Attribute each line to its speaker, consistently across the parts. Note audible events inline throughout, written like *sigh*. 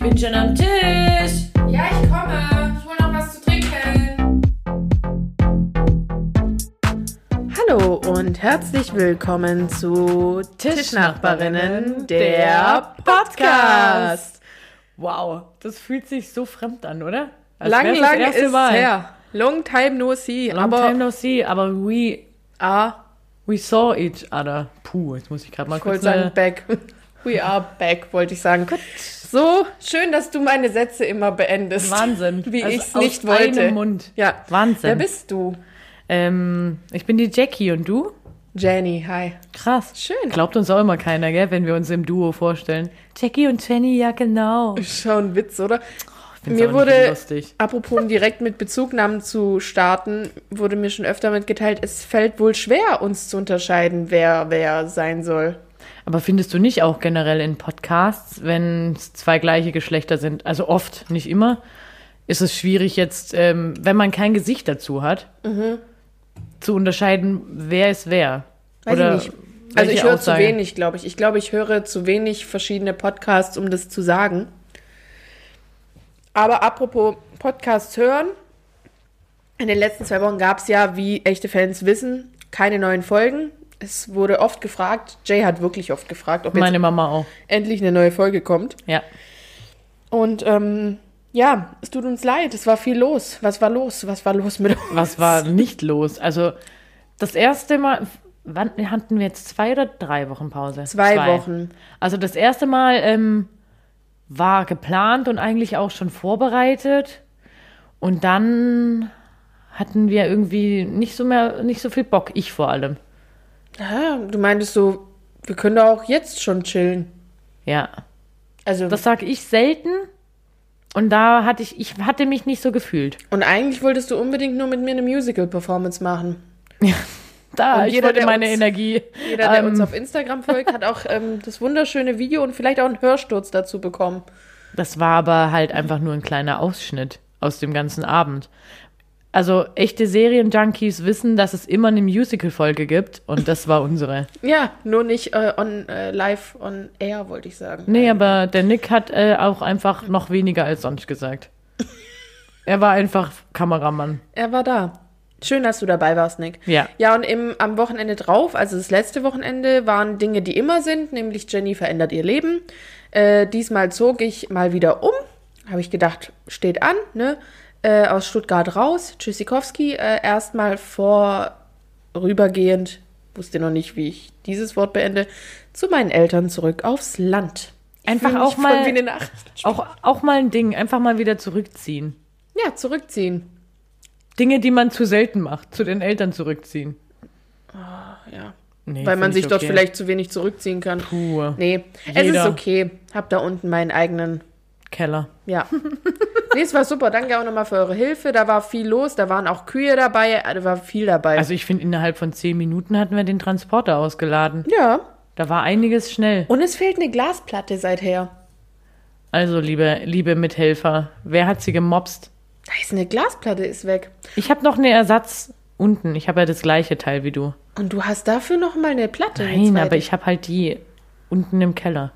Speaker 1: bin schon am Tisch.
Speaker 2: Ja, ich komme. Ich hole noch was zu trinken.
Speaker 3: Hallo und herzlich willkommen zu Tischnachbarinnen, der Podcast.
Speaker 1: Wow, das fühlt sich so fremd an, oder? Als
Speaker 3: lang,
Speaker 1: wär's das
Speaker 3: lang
Speaker 1: erste
Speaker 3: ist
Speaker 1: Mal.
Speaker 3: her. Long time no see.
Speaker 1: Long
Speaker 3: aber
Speaker 1: time no see, aber we,
Speaker 3: ah,
Speaker 1: we saw each other. Puh, jetzt muss ich gerade mal
Speaker 3: ich wollte
Speaker 1: kurz...
Speaker 3: sagen
Speaker 1: eine-
Speaker 3: back. *laughs* We are back, wollte ich sagen. So schön, dass du meine Sätze immer beendest.
Speaker 1: Wahnsinn.
Speaker 3: Wie
Speaker 1: Also
Speaker 3: ich es
Speaker 1: aus
Speaker 3: nicht wollte.
Speaker 1: einem Mund.
Speaker 3: Ja.
Speaker 1: Wahnsinn.
Speaker 3: Wer bist du?
Speaker 1: Ähm, ich bin die Jackie und du?
Speaker 3: Jenny, hi.
Speaker 1: Krass.
Speaker 3: Schön.
Speaker 1: Glaubt uns auch immer keiner, gell, wenn wir uns im Duo vorstellen. Jackie und Jenny, ja genau.
Speaker 3: Schon Witz, oder?
Speaker 1: find's
Speaker 3: mir
Speaker 1: aber nicht
Speaker 3: wurde,
Speaker 1: lustig.
Speaker 3: apropos um direkt mit Bezugnahmen zu starten, wurde mir schon öfter mitgeteilt, es fällt wohl schwer, uns zu unterscheiden, wer wer sein soll.
Speaker 1: Aber findest du nicht auch generell in Podcasts, wenn es zwei gleiche Geschlechter sind, also oft, nicht immer, ist es schwierig jetzt, ähm, wenn man kein Gesicht dazu hat,
Speaker 3: Mhm.
Speaker 1: zu unterscheiden, wer ist wer?
Speaker 3: Weiß
Speaker 1: Oder
Speaker 3: ich nicht. Also ich
Speaker 1: welche
Speaker 3: höre zu
Speaker 1: Aussage?
Speaker 3: wenig, glaube ich. Ich glaube, ich höre zu wenig verschiedene Podcasts, um das zu sagen. Aber apropos Podcasts hören, in den letzten zwei Wochen gab es ja, wie echte Fans wissen, keine neuen Folgen. Es wurde oft gefragt, Jay hat wirklich oft gefragt, ob jetzt
Speaker 1: Meine Mama auch.
Speaker 3: endlich eine neue Folge kommt.
Speaker 1: Ja.
Speaker 3: Und ähm, ja, es tut uns leid, es war viel los. Was war los? Was war los mit uns?
Speaker 1: Was war nicht los? Also das erste Mal, wann hatten wir jetzt zwei oder drei Wochen Pause?
Speaker 3: Zwei Wochen.
Speaker 1: Also das erste Mal ähm, war geplant und eigentlich auch schon vorbereitet. Und dann hatten wir irgendwie nicht so mehr, nicht so viel Bock, ich vor allem.
Speaker 3: Ah, du meintest so, wir können doch auch jetzt schon chillen.
Speaker 1: Ja.
Speaker 3: Also,
Speaker 1: Das sage ich selten. Und da hatte ich, ich hatte mich nicht so gefühlt.
Speaker 3: und eigentlich wolltest du unbedingt nur mit mir eine Musical-Performance machen.
Speaker 1: Da,
Speaker 3: Und
Speaker 1: ich
Speaker 3: jeder,
Speaker 1: wollte
Speaker 3: der
Speaker 1: meine
Speaker 3: uns-
Speaker 1: Energie.
Speaker 3: Jeder, der
Speaker 1: ähm,
Speaker 3: uns auf Instagram folgt, hat auch ähm, das wunderschöne Video und vielleicht auch einen Hörsturz dazu bekommen.
Speaker 1: Das war aber halt einfach nur ein kleiner Ausschnitt aus dem ganzen Abend. Also echte Serienjunkies wissen, dass es immer eine Musical-Folge gibt und das war unsere.
Speaker 3: Ja, nur nicht äh, on, äh, live on air, wollte ich sagen.
Speaker 1: Nee, aber der Nick hat äh, auch einfach noch weniger als sonst
Speaker 3: *laughs*
Speaker 1: gesagt. Er war einfach Kameramann.
Speaker 3: Er war da. Schön, dass du dabei warst, Nick.
Speaker 1: Ja.
Speaker 3: Ja, und im, am Wochenende drauf, also das letzte Wochenende, waren Dinge, die immer sind, nämlich Jenny verändert ihr Leben. Äh, diesmal zog ich mal wieder um, habe ich gedacht, steht an, ne? Äh, aus Stuttgart raus, Tschüssikowski, äh, erstmal vorübergehend, wusste noch nicht, wie ich dieses Wort beende, zu meinen Eltern zurück aufs Land. Ich
Speaker 1: Einfach
Speaker 3: fühl mich
Speaker 1: auch
Speaker 3: voll
Speaker 1: mal-
Speaker 3: Wie eine Nacht.
Speaker 1: Auch, auch mal ein Ding, einfach mal wieder zurückziehen.
Speaker 3: Ja, zurückziehen.
Speaker 1: Dinge, die man zu selten macht, zu den Eltern zurückziehen.
Speaker 3: Ja.
Speaker 1: Oh Nee,
Speaker 3: Weil man
Speaker 1: find ich
Speaker 3: sich dort
Speaker 1: okay.
Speaker 3: vielleicht zu wenig zurückziehen kann.
Speaker 1: Puh,
Speaker 3: Nee, es
Speaker 1: Jeder.
Speaker 3: ist okay. Hab da unten meinen eigenen.
Speaker 1: Keller.
Speaker 3: Ja. *laughs* nee, es war super. Danke auch nochmal für eure Hilfe. Da war viel los. Da waren auch Kühe dabei. Äh, Da war viel dabei.
Speaker 1: Also ich finde, innerhalb von zehn Minuten hatten wir den Transporter ausgeladen.
Speaker 3: ja.
Speaker 1: Da war einiges schnell.
Speaker 3: Und es fehlt eine Glasplatte seither.
Speaker 1: Also, liebe, liebe Mithelfer, wer hat sie gemobst?
Speaker 3: Da ist eine Glasplatte, ist weg.
Speaker 1: Ich habe noch einen Ersatz unten. Ich habe ja das gleiche Teil wie du.
Speaker 3: Und du hast dafür nochmal eine Platte. eine
Speaker 1: Nein,
Speaker 3: zweite.
Speaker 1: aber ich habe halt die unten im Keller.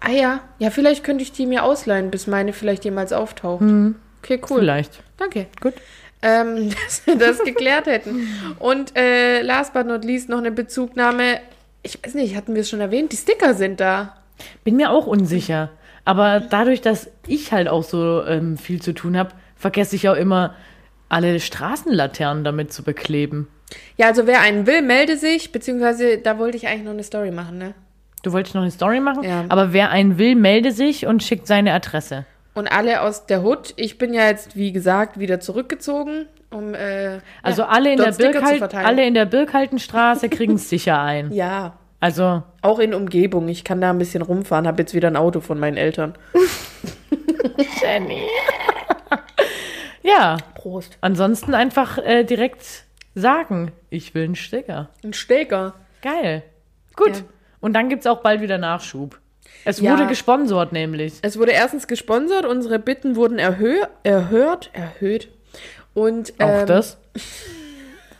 Speaker 3: Ah ja. Ja, vielleicht könnte ich die mir ausleihen, bis meine vielleicht jemals auftaucht.
Speaker 1: Hm.
Speaker 3: Okay, cool.
Speaker 1: Vielleicht.
Speaker 3: Danke.
Speaker 1: Gut.
Speaker 3: Ähm, *laughs* dass wir das geklärt hätten. Und äh, last but not least noch eine Bezugnahme. Ich weiß nicht, hatten wir es schon erwähnt? Die Sticker sind da.
Speaker 1: Bin mir auch unsicher. Aber dadurch, dass ich halt auch so ähm, viel zu tun habe, vergesse ich auch immer, alle Straßenlaternen damit zu bekleben.
Speaker 3: Ja, also wer einen will, melde sich, beziehungsweise da wollte ich eigentlich noch eine Story machen, ne?
Speaker 1: Du wolltest noch eine Story machen?
Speaker 3: Ja.
Speaker 1: Aber wer einen will, melde sich und schickt seine Adresse.
Speaker 3: Und alle aus der Hut. Ich bin ja jetzt, wie gesagt, wieder zurückgezogen, um äh,
Speaker 1: Also alle, in
Speaker 3: dort
Speaker 1: der
Speaker 3: Sticker zu
Speaker 1: Birkhal-
Speaker 3: verteilen.
Speaker 1: alle in der Birkhaltenstraße kriegen
Speaker 3: *laughs*
Speaker 1: es sicher ein.
Speaker 3: ja,
Speaker 1: Also
Speaker 3: auch in Umgebung. Ich kann da ein bisschen rumfahren, habe jetzt wieder ein Auto von meinen Eltern.
Speaker 1: Ja,
Speaker 3: Prost.
Speaker 1: ansonsten einfach äh, direkt sagen, ich will einen Sticker.
Speaker 3: Ein Steger.
Speaker 1: Geil. Gut.
Speaker 3: Ja.
Speaker 1: Und dann gibt's auch bald wieder Nachschub. Es
Speaker 3: Ja.
Speaker 1: wurde gesponsort nämlich.
Speaker 3: Es wurde erstens gesponsert, unsere Bitten wurden erhö erhört, erhöht. Und
Speaker 1: Auch
Speaker 3: ähm,
Speaker 1: das.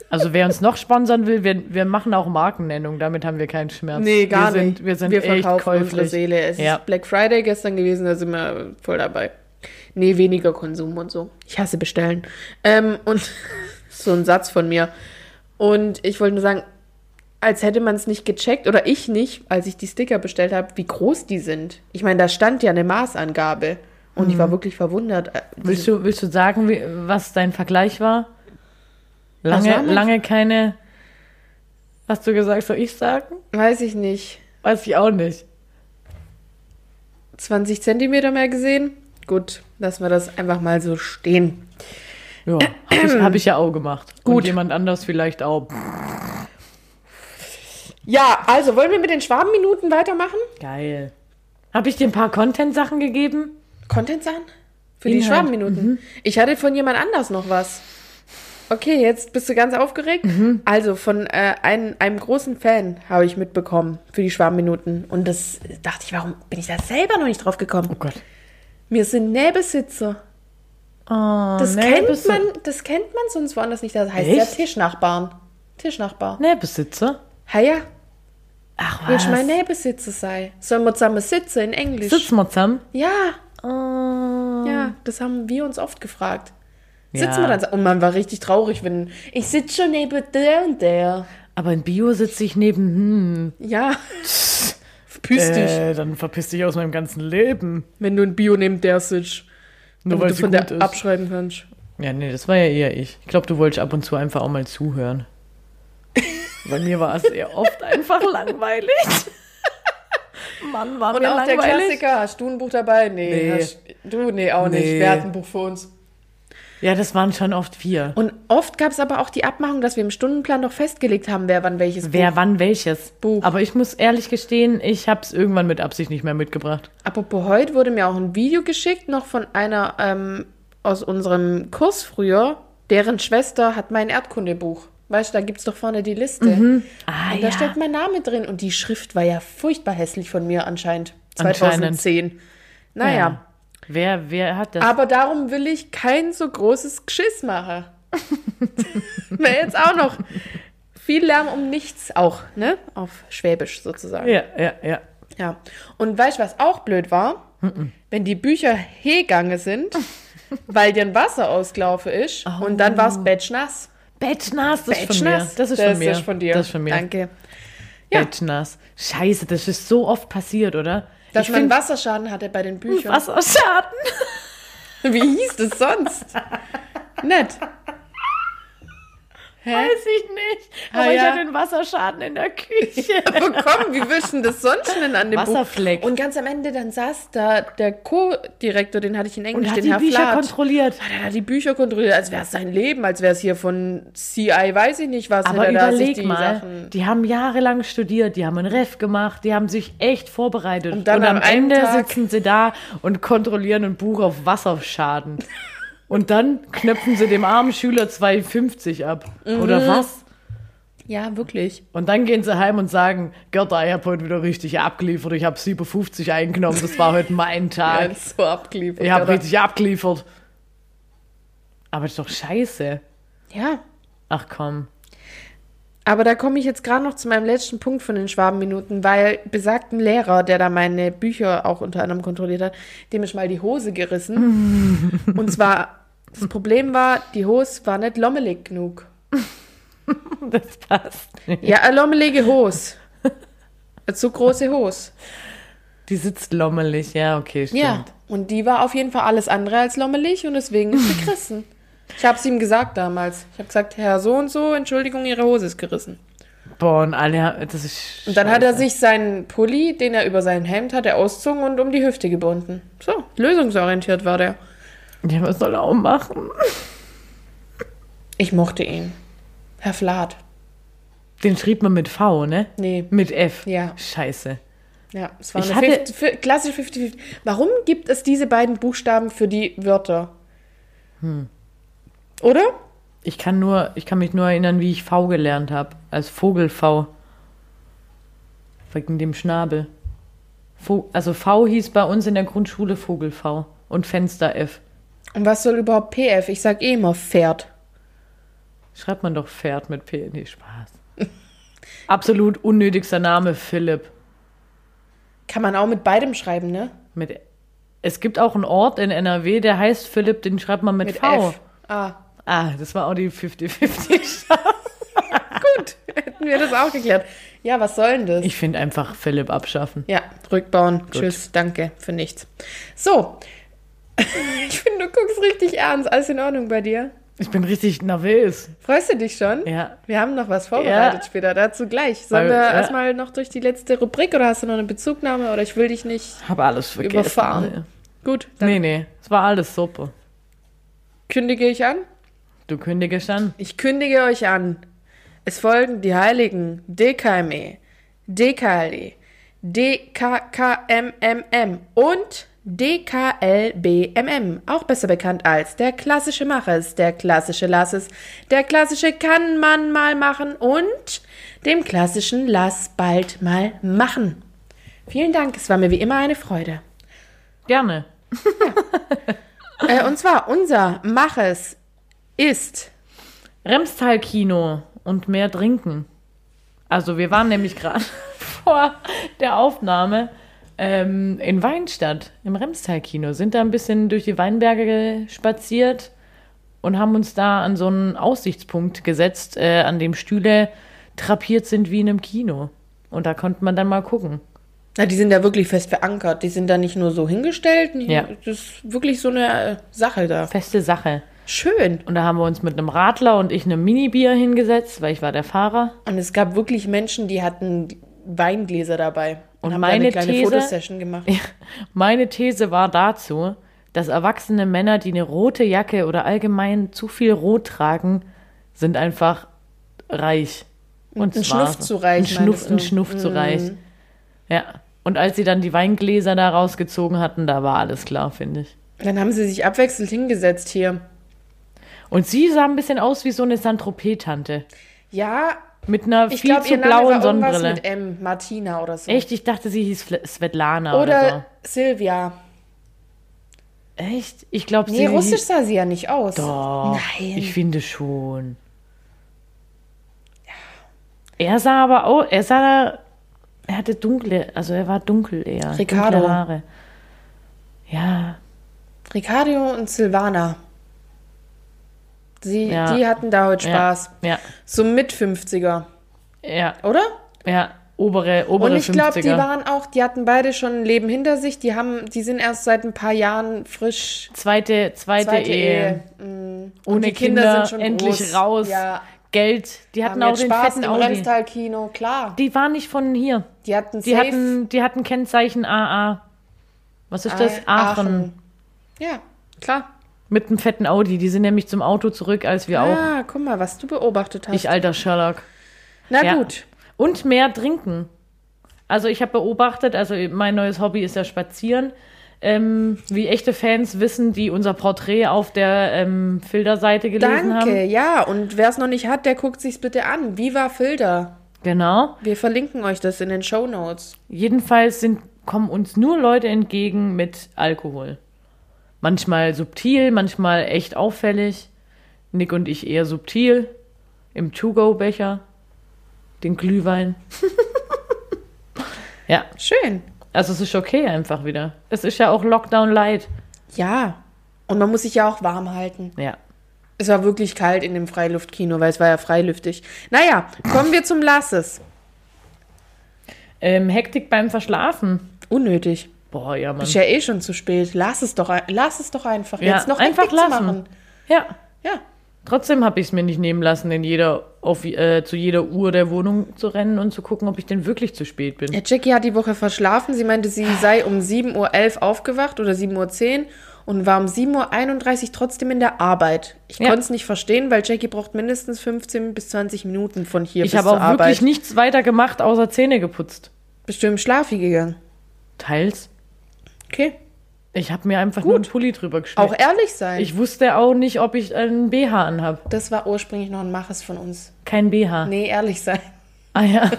Speaker 1: Also wer uns noch sponsern will, wir, wir machen auch Markennennung, damit haben wir keinen Schmerz.
Speaker 3: Nee, gar
Speaker 1: wir
Speaker 3: nicht.
Speaker 1: Sind, wir sind echt
Speaker 3: verkaufen
Speaker 1: käuflich.
Speaker 3: unsere Seele. Es
Speaker 1: Ja.
Speaker 3: ist Black Friday gestern gewesen, da sind wir voll dabei. Nee, weniger Konsum und so. Ich hasse bestellen. Ähm, und *laughs* so ein Satz von mir. Und ich wollte nur sagen, als hätte man es nicht gecheckt oder ich nicht, als ich die Sticker bestellt habe, wie groß die sind. Ich meine, da stand ja eine Maßangabe. Und ich war wirklich verwundert. Äh,
Speaker 1: Mhm. Willst du, willst du sagen, wie, was dein Vergleich war?
Speaker 3: Was
Speaker 1: Lange,
Speaker 3: war mein-
Speaker 1: lange keine. Hast du gesagt, soll ich sagen?
Speaker 3: Weiß ich nicht.
Speaker 1: Weiß ich auch nicht.
Speaker 3: 20 Zentimeter mehr gesehen? Gut, lassen wir das einfach mal so stehen.
Speaker 1: Ja, habe ich, hab ich ja auch gemacht.
Speaker 3: Gut.
Speaker 1: Und jemand anders vielleicht auch.
Speaker 3: Ja, also wollen wir mit den Schwabenminuten weitermachen?
Speaker 1: Geil. Habe ich dir ein paar Content-Sachen gegeben?
Speaker 3: Content Sachen? Für die
Speaker 1: Inhalt. Mhm.
Speaker 3: Schwabenminuten. Ich hatte von jemand anders noch was. Okay, jetzt bist du ganz aufgeregt.
Speaker 1: Mhm.
Speaker 3: Also von äh, einem, einem großen Fan habe ich mitbekommen für die Schwabenminuten. Und das äh, dachte ich, warum bin ich da selber noch nicht drauf gekommen?
Speaker 1: Oh Gott.
Speaker 3: Mir sind Nähbesitzer.
Speaker 1: Oh,
Speaker 3: Das, kennt
Speaker 1: Nähbesitzer.
Speaker 3: man, das kennt man sonst woanders nicht. Das heißt ja
Speaker 1: Echt?
Speaker 3: Tischnachbarn. Tischnachbar.
Speaker 1: Nähbesitzer?
Speaker 3: Ha ja,
Speaker 1: Ach was.
Speaker 3: willst du mein Nähbesitzer sein? Sollen wir zusammen sitzen in Englisch?
Speaker 1: Sitzen wir zusammen?
Speaker 3: Ja.
Speaker 1: Oh.
Speaker 3: Ja, das haben wir uns oft gefragt.
Speaker 1: Ja.
Speaker 3: Sitzen wir dann so- und man war richtig traurig, wenn ich sitze schon neben der und der.
Speaker 1: Aber in Bio sitze ich neben, hm,
Speaker 3: *laughs* Ja. Verpiss dich,
Speaker 1: äh, dann verpiss dich aus meinem ganzen Leben.
Speaker 3: wenn du ein Bio neben der sitzt.
Speaker 1: Nur
Speaker 3: Damit
Speaker 1: weil
Speaker 3: du
Speaker 1: sie
Speaker 3: von
Speaker 1: gut
Speaker 3: der
Speaker 1: ist.
Speaker 3: abschreiben kannst.
Speaker 1: ja, nee, das war ja eher ich. Ich glaube, du wolltest ab und zu einfach auch mal *laughs* zuhören. Bei mir war es eher oft einfach langweilig. *laughs* Mann, war
Speaker 3: Und
Speaker 1: mir
Speaker 3: auch
Speaker 1: langweilig.
Speaker 3: der Klassiker, hast du ein Buch dabei? Nee,
Speaker 1: Nee.
Speaker 3: Hast, du, nee, auch nicht.
Speaker 1: Nee.
Speaker 3: Wer hat ein Buch für uns?
Speaker 1: Ja, das waren schon oft vier.
Speaker 3: Und oft gab es aber auch die Abmachung, dass wir im Stundenplan doch festgelegt haben, wer wann welches
Speaker 1: Wer
Speaker 3: Buch.
Speaker 1: wann welches.
Speaker 3: Buch.
Speaker 1: Aber ich muss ehrlich gestehen, ich hab's irgendwann mit Absicht nicht mehr mitgebracht.
Speaker 3: Apropos heute wurde mir auch ein Video geschickt, noch von einer ähm, aus unserem Kurs früher. Deren Schwester hat mein Erdkundebuch. Weißt du, da gibt's doch vorne die Liste.
Speaker 1: Ah,
Speaker 3: Und da steht mein Name drin. Und die Schrift war ja furchtbar hässlich von mir anscheinend.
Speaker 1: Anscheinend.
Speaker 3: 2010. Naja,
Speaker 1: Ja. Wer, wer hat das?
Speaker 3: aber darum will ich kein so großes Geschiss machen. Wäre jetzt auch noch viel Lärm um nichts auch, ne? Auf Schwäbisch sozusagen.
Speaker 1: ja, ja, ja.
Speaker 3: Ja. Und weißt du, was auch blöd war? Wenn die Bücher
Speaker 1: *laughs*
Speaker 3: hegange sind, weil dir ein Wasser ausgelaufen ist und dann war es bettschnass.
Speaker 1: Betschnass, Oh. das ist von mir.
Speaker 3: Bettschnass.
Speaker 1: Das ist von mir.
Speaker 3: Das ist von dir.
Speaker 1: Das ist von mir.
Speaker 3: Danke. Ja.
Speaker 1: Bettschnass. Scheiße, das ist so oft passiert, oder?
Speaker 3: Dass
Speaker 1: ich
Speaker 3: man
Speaker 1: find-
Speaker 3: Wasserschaden hatte bei den Büchern.
Speaker 1: Wasserschaden.
Speaker 3: *laughs* Wie hieß
Speaker 1: *laughs*
Speaker 3: das sonst? Nett. Hä?
Speaker 1: Weiß ich nicht.
Speaker 3: Ah,
Speaker 1: Aber ich
Speaker 3: ja.
Speaker 1: hatte einen Wasserschaden in der
Speaker 3: *laughs*
Speaker 1: Küche.
Speaker 3: Aber Oh, komm, wie willst du denn das sonst nennen an dem
Speaker 1: Wasserfleck.
Speaker 3: Buch? Und ganz am Ende, dann saß da der Co-Direktor, den hatte ich in Englisch,
Speaker 1: Und hat
Speaker 3: den
Speaker 1: die
Speaker 3: Herr
Speaker 1: Bücher
Speaker 3: Flath.
Speaker 1: kontrolliert.
Speaker 3: Hat er die Bücher kontrolliert, als wäre es sein Leben, als wäre es hier von CI, weiß ich nicht was.
Speaker 1: Aber
Speaker 3: hätte er da sich
Speaker 1: überleg
Speaker 3: die
Speaker 1: mal,
Speaker 3: Sachen-
Speaker 1: die haben jahrelang studiert, die haben einen Ref gemacht, die haben sich echt vorbereitet.
Speaker 3: Und dann
Speaker 1: am
Speaker 3: am einen
Speaker 1: Ende
Speaker 3: Tag-
Speaker 1: sitzen sie da und kontrollieren ein Buch auf Wasserschaden.
Speaker 3: *laughs*
Speaker 1: und dann knöpfen sie dem armen Schüler 2,50 ab.
Speaker 3: Mhm.
Speaker 1: Oder was?
Speaker 3: Ja, wirklich.
Speaker 1: Und dann gehen sie heim und sagen, Götter, ich hab heute wieder richtig abgeliefert, ich hab 7,50 eingenommen, das war heute mein
Speaker 3: Ja,
Speaker 1: Tag.
Speaker 3: das ist so abgeliefert.
Speaker 1: ich hab
Speaker 3: oder?
Speaker 1: richtig abgeliefert. Aber ist doch scheiße.
Speaker 3: Ja.
Speaker 1: Ach komm. *laughs*
Speaker 3: Aber da komme ich jetzt gerade noch zu meinem letzten Punkt von den Schwabenminuten, weil besagtem Lehrer, der da meine Bücher auch unter anderem kontrolliert hat, dem ist mal die Hose gerissen.
Speaker 1: *laughs*
Speaker 3: und zwar, das Problem war, die Hose war nicht lommelig genug.
Speaker 1: Das passt.
Speaker 3: Ja, eine lommelige Hose. Eine zu große Hose.
Speaker 1: Die sitzt lommelig, ja, okay, stimmt.
Speaker 3: Ja, und die war auf jeden Fall alles andere als lommelig und deswegen ist sie gerissen. Ich habe es ihm gesagt damals. Ich habe gesagt, Herr so und so, Entschuldigung, Ihre Hose ist gerissen.
Speaker 1: Boah, und alle, haben- das ist.
Speaker 3: Und dann hat er
Speaker 1: scheiße.
Speaker 3: sich seinen Pulli, den er über seinen Hemd hatte, auszogen und um die Hüfte gebunden. So, lösungsorientiert war der.
Speaker 1: Ja, was soll er auch machen?
Speaker 3: Ich mochte ihn. Herr Flath.
Speaker 1: Den schrieb man mit V, ne?
Speaker 3: Nee.
Speaker 1: Mit F.
Speaker 3: Ja.
Speaker 1: Scheiße.
Speaker 3: Ja, es war
Speaker 1: Ich
Speaker 3: eine
Speaker 1: hatte-
Speaker 3: 50, fi- klassische 50-50. Warum gibt es diese beiden Buchstaben für die Wörter? Hm. Oder?
Speaker 1: Ich kann nur, ich kann mich nur erinnern, wie ich V gelernt habe. Als Vogel V. Wegen dem Schnabel. Vo also V hieß bei uns in der Grundschule Vogel V. Und Fenster F.
Speaker 3: Und was soll überhaupt PF? Ich sag eh immer Pferd.
Speaker 1: Schreibt man doch Pferd mit P. Nee,
Speaker 3: *laughs*
Speaker 1: Spaß. Absolut unnötigster Name, Philipp.
Speaker 3: Kann man auch mit beidem schreiben, ne?
Speaker 1: Mit, es gibt auch einen Ort in NRW, der heißt Philipp, den schreibt man mit,
Speaker 3: Mit
Speaker 1: V.
Speaker 3: F. Ah, *laughs*
Speaker 1: Ah, das war auch die 50-50.
Speaker 3: gut. Hätten wir das auch geklärt. Ja, was soll denn das?
Speaker 1: *laughs* Ich finde einfach Philipp abschaffen.
Speaker 3: Ja, rückbauen. Tschüss, danke für nichts. So. *laughs* ich finde, du guckst richtig ernst. Alles in Ordnung bei dir?
Speaker 1: Ich bin richtig nervös.
Speaker 3: Freust du dich schon?
Speaker 1: Ja.
Speaker 3: Wir haben noch was vorbereitet
Speaker 1: Ja.
Speaker 3: später, dazu gleich. Sollen
Speaker 1: Weil-
Speaker 3: wir
Speaker 1: ja.
Speaker 3: erstmal noch durch die letzte Rubrik oder hast du noch eine Bezugnahme oder ich will dich nicht
Speaker 1: Habe alles vergessen.
Speaker 3: überfahren? Gut, dann
Speaker 1: Nee, nee. Es war alles super.
Speaker 3: kündige ich an.
Speaker 1: Du kündigst an.
Speaker 3: Ich kündige euch an. Es folgen die Heiligen DKME, DKLE, DKKMMM und DKLBMM, auch besser bekannt als der klassische Maches, der klassische Lass es, der klassische Kann man mal machen und dem klassischen Lass bald mal machen. Vielen Dank, es war mir wie immer eine Freude.
Speaker 1: Gerne.
Speaker 3: Äh, und zwar unser Maches ist
Speaker 1: Remstal-Kino und mehr trinken. Also wir waren nämlich gerade *laughs* vor der Aufnahme ähm, in Weinstadt im Remstal-Kino, sind da ein bisschen durch die Weinberge spaziert und haben uns da an so einen Aussichtspunkt gesetzt, äh, an dem Stühle trapiert sind wie in einem Kino. Und da konnte man dann mal gucken.
Speaker 3: Na, die sind da wirklich fest verankert. Die sind da nicht nur so hingestellt. Die,
Speaker 1: Ja.
Speaker 3: Das ist wirklich so eine äh, Sache da.
Speaker 1: Feste Sache.
Speaker 3: Schön.
Speaker 1: Und da haben wir uns mit einem Radler und ich einem Minibier hingesetzt, weil ich war der Fahrer.
Speaker 3: Und es gab wirklich Menschen, die hatten Weingläser dabei.
Speaker 1: Und
Speaker 3: haben da eine
Speaker 1: meine
Speaker 3: kleine
Speaker 1: These-
Speaker 3: Fotosession gemacht.
Speaker 1: *laughs* Meine These war dazu, dass erwachsene Männer, die eine rote Jacke oder allgemein zu viel Rot tragen, sind einfach reich. Und
Speaker 3: Ein
Speaker 1: zwar
Speaker 3: Schnuff
Speaker 1: so.
Speaker 3: zu reich,
Speaker 1: Ein Schnuff,
Speaker 3: meinst du? Mhm.
Speaker 1: ein Schnuff zu reich. Ja. Und als sie dann die Weingläser da rausgezogen hatten, da war alles klar, finde ich.
Speaker 3: Dann haben sie sich abwechselnd hingesetzt hier.
Speaker 1: Und sie sah ein bisschen aus wie so eine Saint-Tropez-Tante.
Speaker 3: Ja,
Speaker 1: Mit einer
Speaker 3: ich
Speaker 1: viel
Speaker 3: glaube,
Speaker 1: zu
Speaker 3: ihr Name
Speaker 1: blauen
Speaker 3: war irgendwas
Speaker 1: Sonnenbrille.
Speaker 3: mit M. Martina oder so.
Speaker 1: Echt? Ich dachte, sie hieß Fle- Svetlana
Speaker 3: Oder,
Speaker 1: oder,
Speaker 3: Silvia.
Speaker 1: so. Echt? Ich glaube,
Speaker 3: Nee,
Speaker 1: sie
Speaker 3: russisch
Speaker 1: hieß...
Speaker 3: sah sie ja nicht aus.
Speaker 1: Doch,
Speaker 3: Nein.
Speaker 1: Oh, Ich finde schon. Er sah aber auch, er sah, er hatte dunkle, also er war dunkel eher.
Speaker 3: Ricardo.
Speaker 1: Dunkle Haare. Ja,
Speaker 3: Ricardo und Silvana. Sie,
Speaker 1: Ja.
Speaker 3: Die hatten da heute
Speaker 1: Ja.
Speaker 3: Spaß.
Speaker 1: ja,
Speaker 3: So mit 50er,
Speaker 1: ja,
Speaker 3: oder?
Speaker 1: ja, obere, obere
Speaker 3: Und ich glaube,
Speaker 1: 50er.
Speaker 3: die waren auch, die hatten beide schon ein Leben hinter sich. Die haben, die sind erst seit ein paar Jahren frisch
Speaker 1: zweite, zweite,
Speaker 3: zweite
Speaker 1: Ehe.
Speaker 3: Ehe. Mm. Und
Speaker 1: Ohne
Speaker 3: die Kinder, sind schon
Speaker 1: endlich
Speaker 3: groß.
Speaker 1: raus.
Speaker 3: Ja,
Speaker 1: Geld, die hatten
Speaker 3: hatten haben
Speaker 1: auch
Speaker 3: jetzt
Speaker 1: den
Speaker 3: Spaß
Speaker 1: fetten
Speaker 3: im
Speaker 1: Audi.
Speaker 3: Remstal-Kino, klar.
Speaker 1: Die waren nicht von hier.
Speaker 3: Die hatten
Speaker 1: Die
Speaker 3: safe
Speaker 1: hatten, die hatten Kennzeichen AA. Was ist das?
Speaker 3: ein-
Speaker 1: Aachen.
Speaker 3: Ja, klar.
Speaker 1: Mit einem fetten Audi. Die sind nämlich zum Auto zurück, als wir auch.
Speaker 3: Ah, guck mal, was du beobachtet hast.
Speaker 1: Ich alter Sherlock.
Speaker 3: Na
Speaker 1: Ja.
Speaker 3: gut.
Speaker 1: Und mehr trinken. Also ich habe beobachtet, also mein neues Hobby ist ja Spazieren. Ähm, wie echte Fans wissen, die unser Porträt auf der ähm, Filderseite gelesen
Speaker 3: Danke,
Speaker 1: haben.
Speaker 3: ja. Und wer es noch nicht hat, der guckt sich's bitte an. Viva Filter.
Speaker 1: Genau.
Speaker 3: Wir verlinken euch das in den Show Notes.
Speaker 1: Jedenfalls sind, kommen uns nur Leute entgegen mit Alkohol. Manchmal subtil, manchmal echt auffällig. Nick und ich eher subtil. Im To-Go-Becher. Den Glühwein. ja,
Speaker 3: Schön.
Speaker 1: also es ist okay einfach wieder. Es ist ja auch Lockdown Light.
Speaker 3: Ja. Und man muss sich ja auch warm halten.
Speaker 1: Ja.
Speaker 3: Es war wirklich kalt in dem Freiluftkino, weil es war ja freilüftig. Naja, kommen wir zum Lasses.
Speaker 1: Ähm, Hektik beim Verschlafen.
Speaker 3: Unnötig.
Speaker 1: Boah, ja, Mann.
Speaker 3: Ist ja eh schon zu spät. Lass es doch, ein- lass es doch einfach.
Speaker 1: Ja,
Speaker 3: Jetzt noch
Speaker 1: einfach
Speaker 3: Hektik zu
Speaker 1: lassen.
Speaker 3: machen.
Speaker 1: Ja.
Speaker 3: Ja.
Speaker 1: Trotzdem habe ich es mir nicht nehmen lassen, in jeder, auf, äh, zu jeder Uhr der Wohnung zu rennen und zu gucken, ob ich denn wirklich zu spät bin.
Speaker 3: ja. Jackie hat die Woche verschlafen. Sie meinte, sie sei um 7.11 Uhr aufgewacht oder 7.10 Uhr und war um 7.31 Uhr trotzdem in der Arbeit. Ich
Speaker 1: Ja.
Speaker 3: konnte es nicht verstehen, weil Jackie braucht mindestens 15 bis 20 Minuten von hier
Speaker 1: Ich
Speaker 3: bis
Speaker 1: habe
Speaker 3: zur
Speaker 1: auch
Speaker 3: Arbeit.
Speaker 1: wirklich nichts weiter gemacht, außer Zähne geputzt.
Speaker 3: Bestimmt schlafi gegangen.
Speaker 1: Teils.
Speaker 3: Okay.
Speaker 1: Ich habe mir einfach nur einen Pulli drüber geschmiert.
Speaker 3: Auch ehrlich sein.
Speaker 1: ich wusste auch nicht, ob ich einen BH anhab.
Speaker 3: das war ursprünglich noch ein Maches von uns.
Speaker 1: Kein BH.
Speaker 3: Nee, ehrlich sein.
Speaker 1: Ah ja.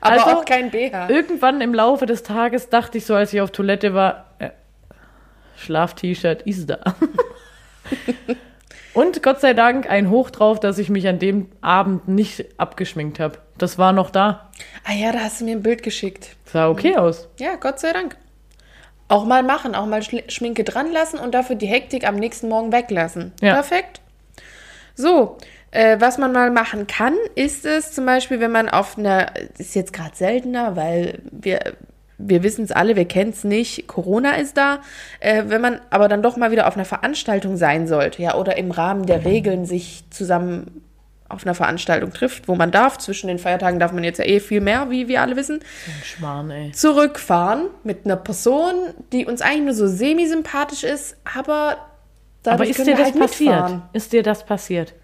Speaker 3: Aber
Speaker 1: Also-
Speaker 3: auch kein BH.
Speaker 1: Irgendwann im Laufe des Tages dachte ich so, als ich auf *laughs* Toilette war, äh, Schlaf-T-Shirt ist da. Und Gott sei Dank ein Hoch drauf, dass ich mich an dem Abend nicht abgeschminkt habe. Das war noch da.
Speaker 3: Ah ja, da hast du mir ein Bild geschickt.
Speaker 1: Sah okay aus.
Speaker 3: Ja, Gott sei Dank. Auch mal machen, auch mal Schli- Schminke dran lassen und dafür die Hektik am nächsten Morgen weglassen.
Speaker 1: Ja.
Speaker 3: Perfekt. So, äh, was man mal machen kann, ist es zum Beispiel, wenn man auf einer, ist jetzt gerade seltener, weil wir, wir wissen es alle, wir kennen es nicht, Corona ist da, äh, wenn man aber dann doch mal wieder auf einer Veranstaltung sein sollte, ja, oder im Rahmen der Regeln sich zusammen auf einer Veranstaltung trifft, wo man darf. Zwischen den Feiertagen darf man jetzt ja eh viel mehr, wie wir alle wissen
Speaker 1: Ein Schmarrn, ey.
Speaker 3: zurückfahren mit einer Person, die uns eigentlich nur so semi-sympathisch ist, aber
Speaker 1: Aber
Speaker 3: dadurch
Speaker 1: ist
Speaker 3: können
Speaker 1: dir
Speaker 3: wir
Speaker 1: das
Speaker 3: halt
Speaker 1: passiert?
Speaker 3: mitfahren.
Speaker 1: Ist dir das passiert?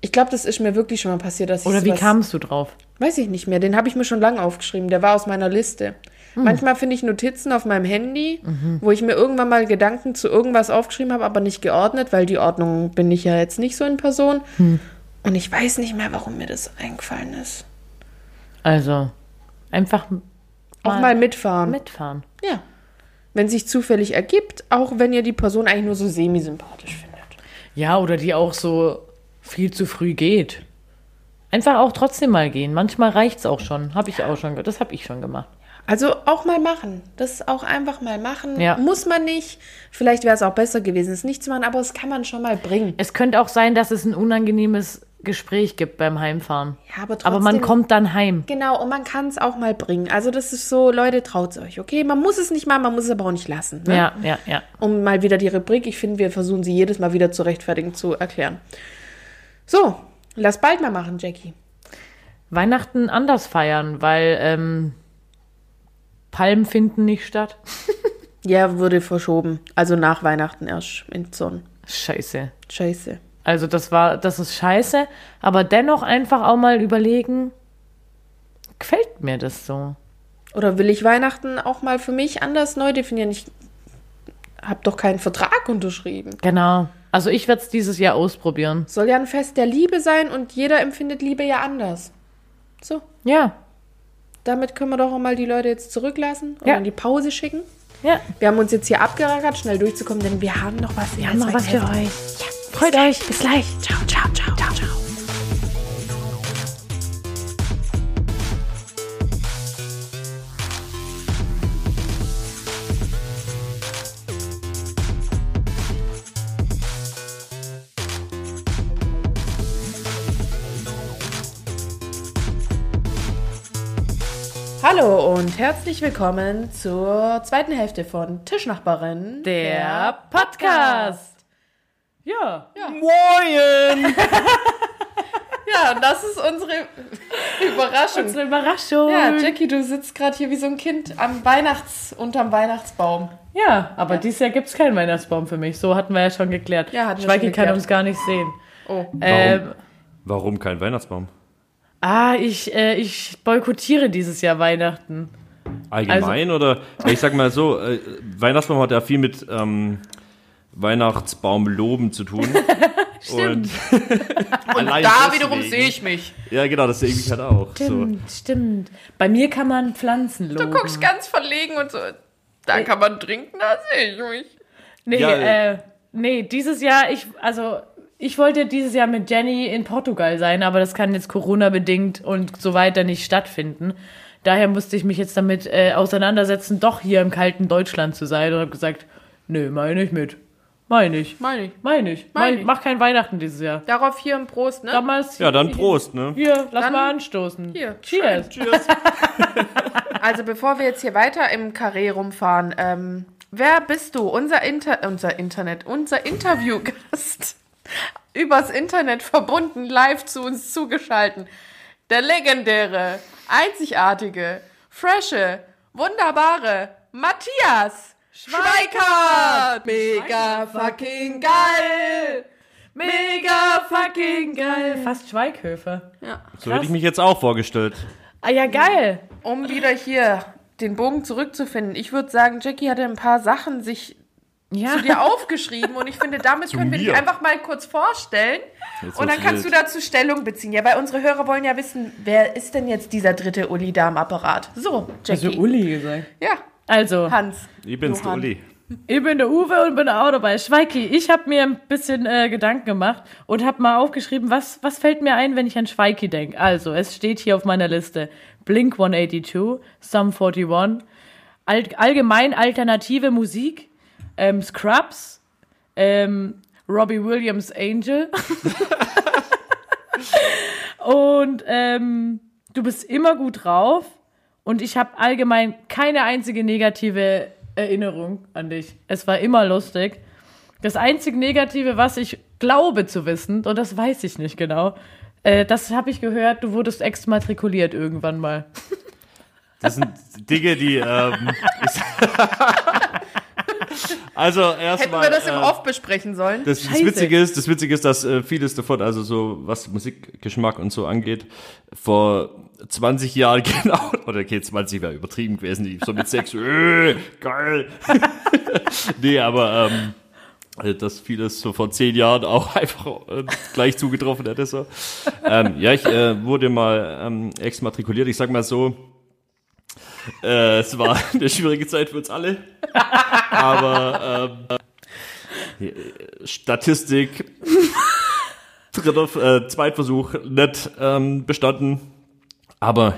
Speaker 3: Ich glaube, das ist mir wirklich schon mal passiert, dass
Speaker 1: Oder
Speaker 3: ich
Speaker 1: wie
Speaker 3: sowas-
Speaker 1: kamst du drauf?
Speaker 3: Weiß ich nicht mehr. Den habe ich mir schon lange aufgeschrieben. Der war aus meiner Liste.
Speaker 1: Hm.
Speaker 3: Manchmal finde ich Notizen auf meinem Handy,
Speaker 1: Mhm.
Speaker 3: wo ich mir irgendwann mal Gedanken zu irgendwas aufgeschrieben habe, aber nicht geordnet, weil die Ordnung bin ich ja jetzt nicht so in Person.
Speaker 1: Hm.
Speaker 3: Und ich weiß nicht mehr, warum mir das eingefallen ist.
Speaker 1: Also, einfach
Speaker 3: Auch mal mitfahren.
Speaker 1: mitfahren.
Speaker 3: Ja. Wenn sich zufällig ergibt, auch wenn ihr die Person eigentlich nur so semi-sympathisch findet.
Speaker 1: Ja, oder die auch so viel zu früh geht. Einfach auch trotzdem mal gehen. Manchmal reicht's auch schon. Habe ich auch schon, ge- das habe ich schon gemacht.
Speaker 3: Also auch mal machen. Das auch einfach mal machen.
Speaker 1: Ja.
Speaker 3: Muss man nicht. Vielleicht wäre es auch besser gewesen, es nicht zu machen, aber es kann man schon mal bringen.
Speaker 1: Es könnte auch sein, dass es ein unangenehmes Gespräch gibt beim Heimfahren.
Speaker 3: Ja, aber
Speaker 1: Aber man
Speaker 3: trotzdem-
Speaker 1: kommt dann heim.
Speaker 3: Genau, und man kann es auch mal bringen. Also das ist so, Leute, traut euch, okay? Man muss es nicht machen, man muss es aber auch nicht lassen. Ne?
Speaker 1: Ja, ja, ja.
Speaker 3: Um mal wieder die Rubrik, ich finde, wir versuchen sie jedes Mal wieder zu rechtfertigen, zu erklären. So, lass bald mal machen, Jackie.
Speaker 1: Weihnachten anders feiern, weil ähm, Palmen finden nicht statt.
Speaker 3: Ja, wurde verschoben. Also nach Weihnachten erst in Zorn.
Speaker 1: Scheiße.
Speaker 3: Scheiße.
Speaker 1: Also das war, das ist scheiße, aber dennoch einfach auch mal überlegen, gefällt mir das so?
Speaker 3: Oder will ich Weihnachten auch mal für mich anders neu definieren? Ich habe doch keinen Vertrag unterschrieben.
Speaker 1: Genau. Also ich werde es dieses Jahr ausprobieren.
Speaker 3: Soll ja ein Fest der Liebe sein und jeder empfindet Liebe ja anders. So,
Speaker 1: Ja,
Speaker 3: damit können wir doch auch mal die Leute jetzt zurücklassen und
Speaker 1: Ja.
Speaker 3: in die Pause schicken.
Speaker 1: ja.
Speaker 3: Wir haben uns jetzt hier abgerackert, schnell durchzukommen, denn wir haben noch was. Wir haben
Speaker 1: noch was für
Speaker 3: euch. Ja,
Speaker 1: Freut euch.
Speaker 3: Bis gleich. Ciao, ciao, ciao, ciao, ciao. Hallo und herzlich willkommen zur zweiten Hälfte von Tischnachbarin,
Speaker 1: Ja. *laughs*
Speaker 3: Moin! ja, das ist unsere *laughs* Überraschung.
Speaker 1: Unsere Überraschung.
Speaker 3: Ja,
Speaker 1: Ja,
Speaker 3: Jackie, du sitzt gerade hier wie so ein Kind am Weihnachts unterm Weihnachtsbaum.
Speaker 1: aber dieses Jahr gibt es keinen Weihnachtsbaum für mich. So hatten wir ja schon geklärt.
Speaker 3: Ja, hatten wir
Speaker 1: Schweiki
Speaker 3: schon
Speaker 1: kann
Speaker 3: geklärt.
Speaker 1: uns gar nicht sehen.
Speaker 3: Oh.
Speaker 1: Ähm,
Speaker 4: Warum kein Weihnachtsbaum?
Speaker 1: ah, ich, äh, ich boykottiere dieses Jahr Weihnachten.
Speaker 4: Allgemein oder? Weil Ich sag mal so, äh, Weihnachtsbaum hat ja viel mit ähm, Weihnachtsbaum loben zu *laughs* tun. *laughs* Stimmt. Und, allein
Speaker 3: Da
Speaker 4: deswegen-
Speaker 3: wiederum sehe ich mich.
Speaker 4: Ja, genau, das sehe ich halt auch. So.
Speaker 1: Stimmt, stimmt. Bei mir kann man Pflanzen loben.
Speaker 3: Du guckst ganz verlegen und so. Da kann man trinken, da sehe ich mich.
Speaker 1: Nee,
Speaker 4: Ja, äh.
Speaker 1: äh, nee, dieses Jahr, ich, also, ich wollte dieses Jahr mit Jenny in Portugal sein, aber das kann jetzt Corona-bedingt und so weiter nicht stattfinden. Daher musste ich mich jetzt damit äh, auseinandersetzen, doch hier im kalten Deutschland zu sein und habe gesagt, nee, meine ich mit. Meine ich.
Speaker 3: Meine ich.
Speaker 1: Meine ich.
Speaker 3: Meine
Speaker 1: Mein,
Speaker 3: ich.
Speaker 1: Mach kein Weihnachten dieses Jahr.
Speaker 3: Darauf hier im Prost, ne?
Speaker 1: Damals.
Speaker 4: Ja, dann Prost, ne?
Speaker 1: Hier, lass
Speaker 3: Dann-
Speaker 1: mal anstoßen.
Speaker 3: Hier.
Speaker 1: Cheers.
Speaker 4: Tschüss.
Speaker 3: *laughs* Also bevor wir jetzt hier weiter im Karree rumfahren, ähm, wer bist du? Unser, Inter unser Internet, unser Interviewgast. *laughs* Übers Internet verbunden, live zu uns zugeschalten. Der legendäre, einzigartige, frische, wunderbare Matthias Schweikart. Mega fucking geil.
Speaker 1: Mega fucking geil. Fast Schweighöfe.
Speaker 4: So hätte ich mich jetzt auch vorgestellt.
Speaker 1: Ah ja, geil.
Speaker 3: Um wieder hier den Bogen zurückzufinden. Ich würde sagen, Jackie hatte ein paar Sachen sich
Speaker 1: Ja. *laughs*
Speaker 3: zu dir aufgeschrieben und ich finde, damit können wir dich
Speaker 4: mir?
Speaker 3: einfach mal kurz vorstellen
Speaker 4: Jetzt
Speaker 3: und dann
Speaker 4: wird's
Speaker 3: kannst
Speaker 4: wild.
Speaker 3: du dazu Stellung beziehen. Ja, weil unsere Hörer wollen ja wissen, wer ist denn jetzt dieser dritte Uli da am Apparat? So, Jackie.
Speaker 1: Uli gesagt.
Speaker 3: ja,
Speaker 1: Also,
Speaker 3: Hans.
Speaker 4: Ich bin's, der
Speaker 3: Johann.
Speaker 4: Uli.
Speaker 1: Ich bin der Uwe und bin auch dabei. Schweiki, ich habe mir ein bisschen äh, Gedanken gemacht und habe mal aufgeschrieben, was, was fällt mir ein, wenn ich an Schweiki denke. Also, es steht hier auf meiner Liste Blink 182, Sum 41, all, allgemein alternative Musik, ähm, Scrubs, ähm, Robbie Williams Angel und ähm, du bist immer gut drauf und ich habe allgemein keine einzige negative Erinnerung an dich. Es war immer lustig. Das einzig Negative, was ich glaube zu wissen, und das weiß ich nicht genau, äh, das habe ich gehört, du wurdest exmatrikuliert irgendwann mal.
Speaker 4: Das sind Dinge, die. *laughs* Ähm, ich- also
Speaker 3: Hätten
Speaker 4: erstmal.
Speaker 3: wir das im
Speaker 4: äh,
Speaker 3: Off besprechen sollen?
Speaker 4: das, das
Speaker 1: Scheiße.
Speaker 4: Witzige ist, das Witzige ist, dass äh, vieles davon, also so was Musikgeschmack und so angeht, vor 20 Jahren *laughs* genau, oder okay, 20 wäre übertrieben gewesen, die so mit Sex, *laughs* äh, geil. *laughs* nee, aber ähm, äh, dass vieles so vor 10 Jahren auch *laughs* einfach äh, gleich zugetroffen hätte. So. Ähm, ja, ich äh, wurde mal ähm, exmatrikuliert, ich sag mal so, äh, es war *laughs* eine schwierige Zeit für uns alle. ähm, Statistik. Dritter, äh, Zweitversuch nicht ähm, bestanden. Aber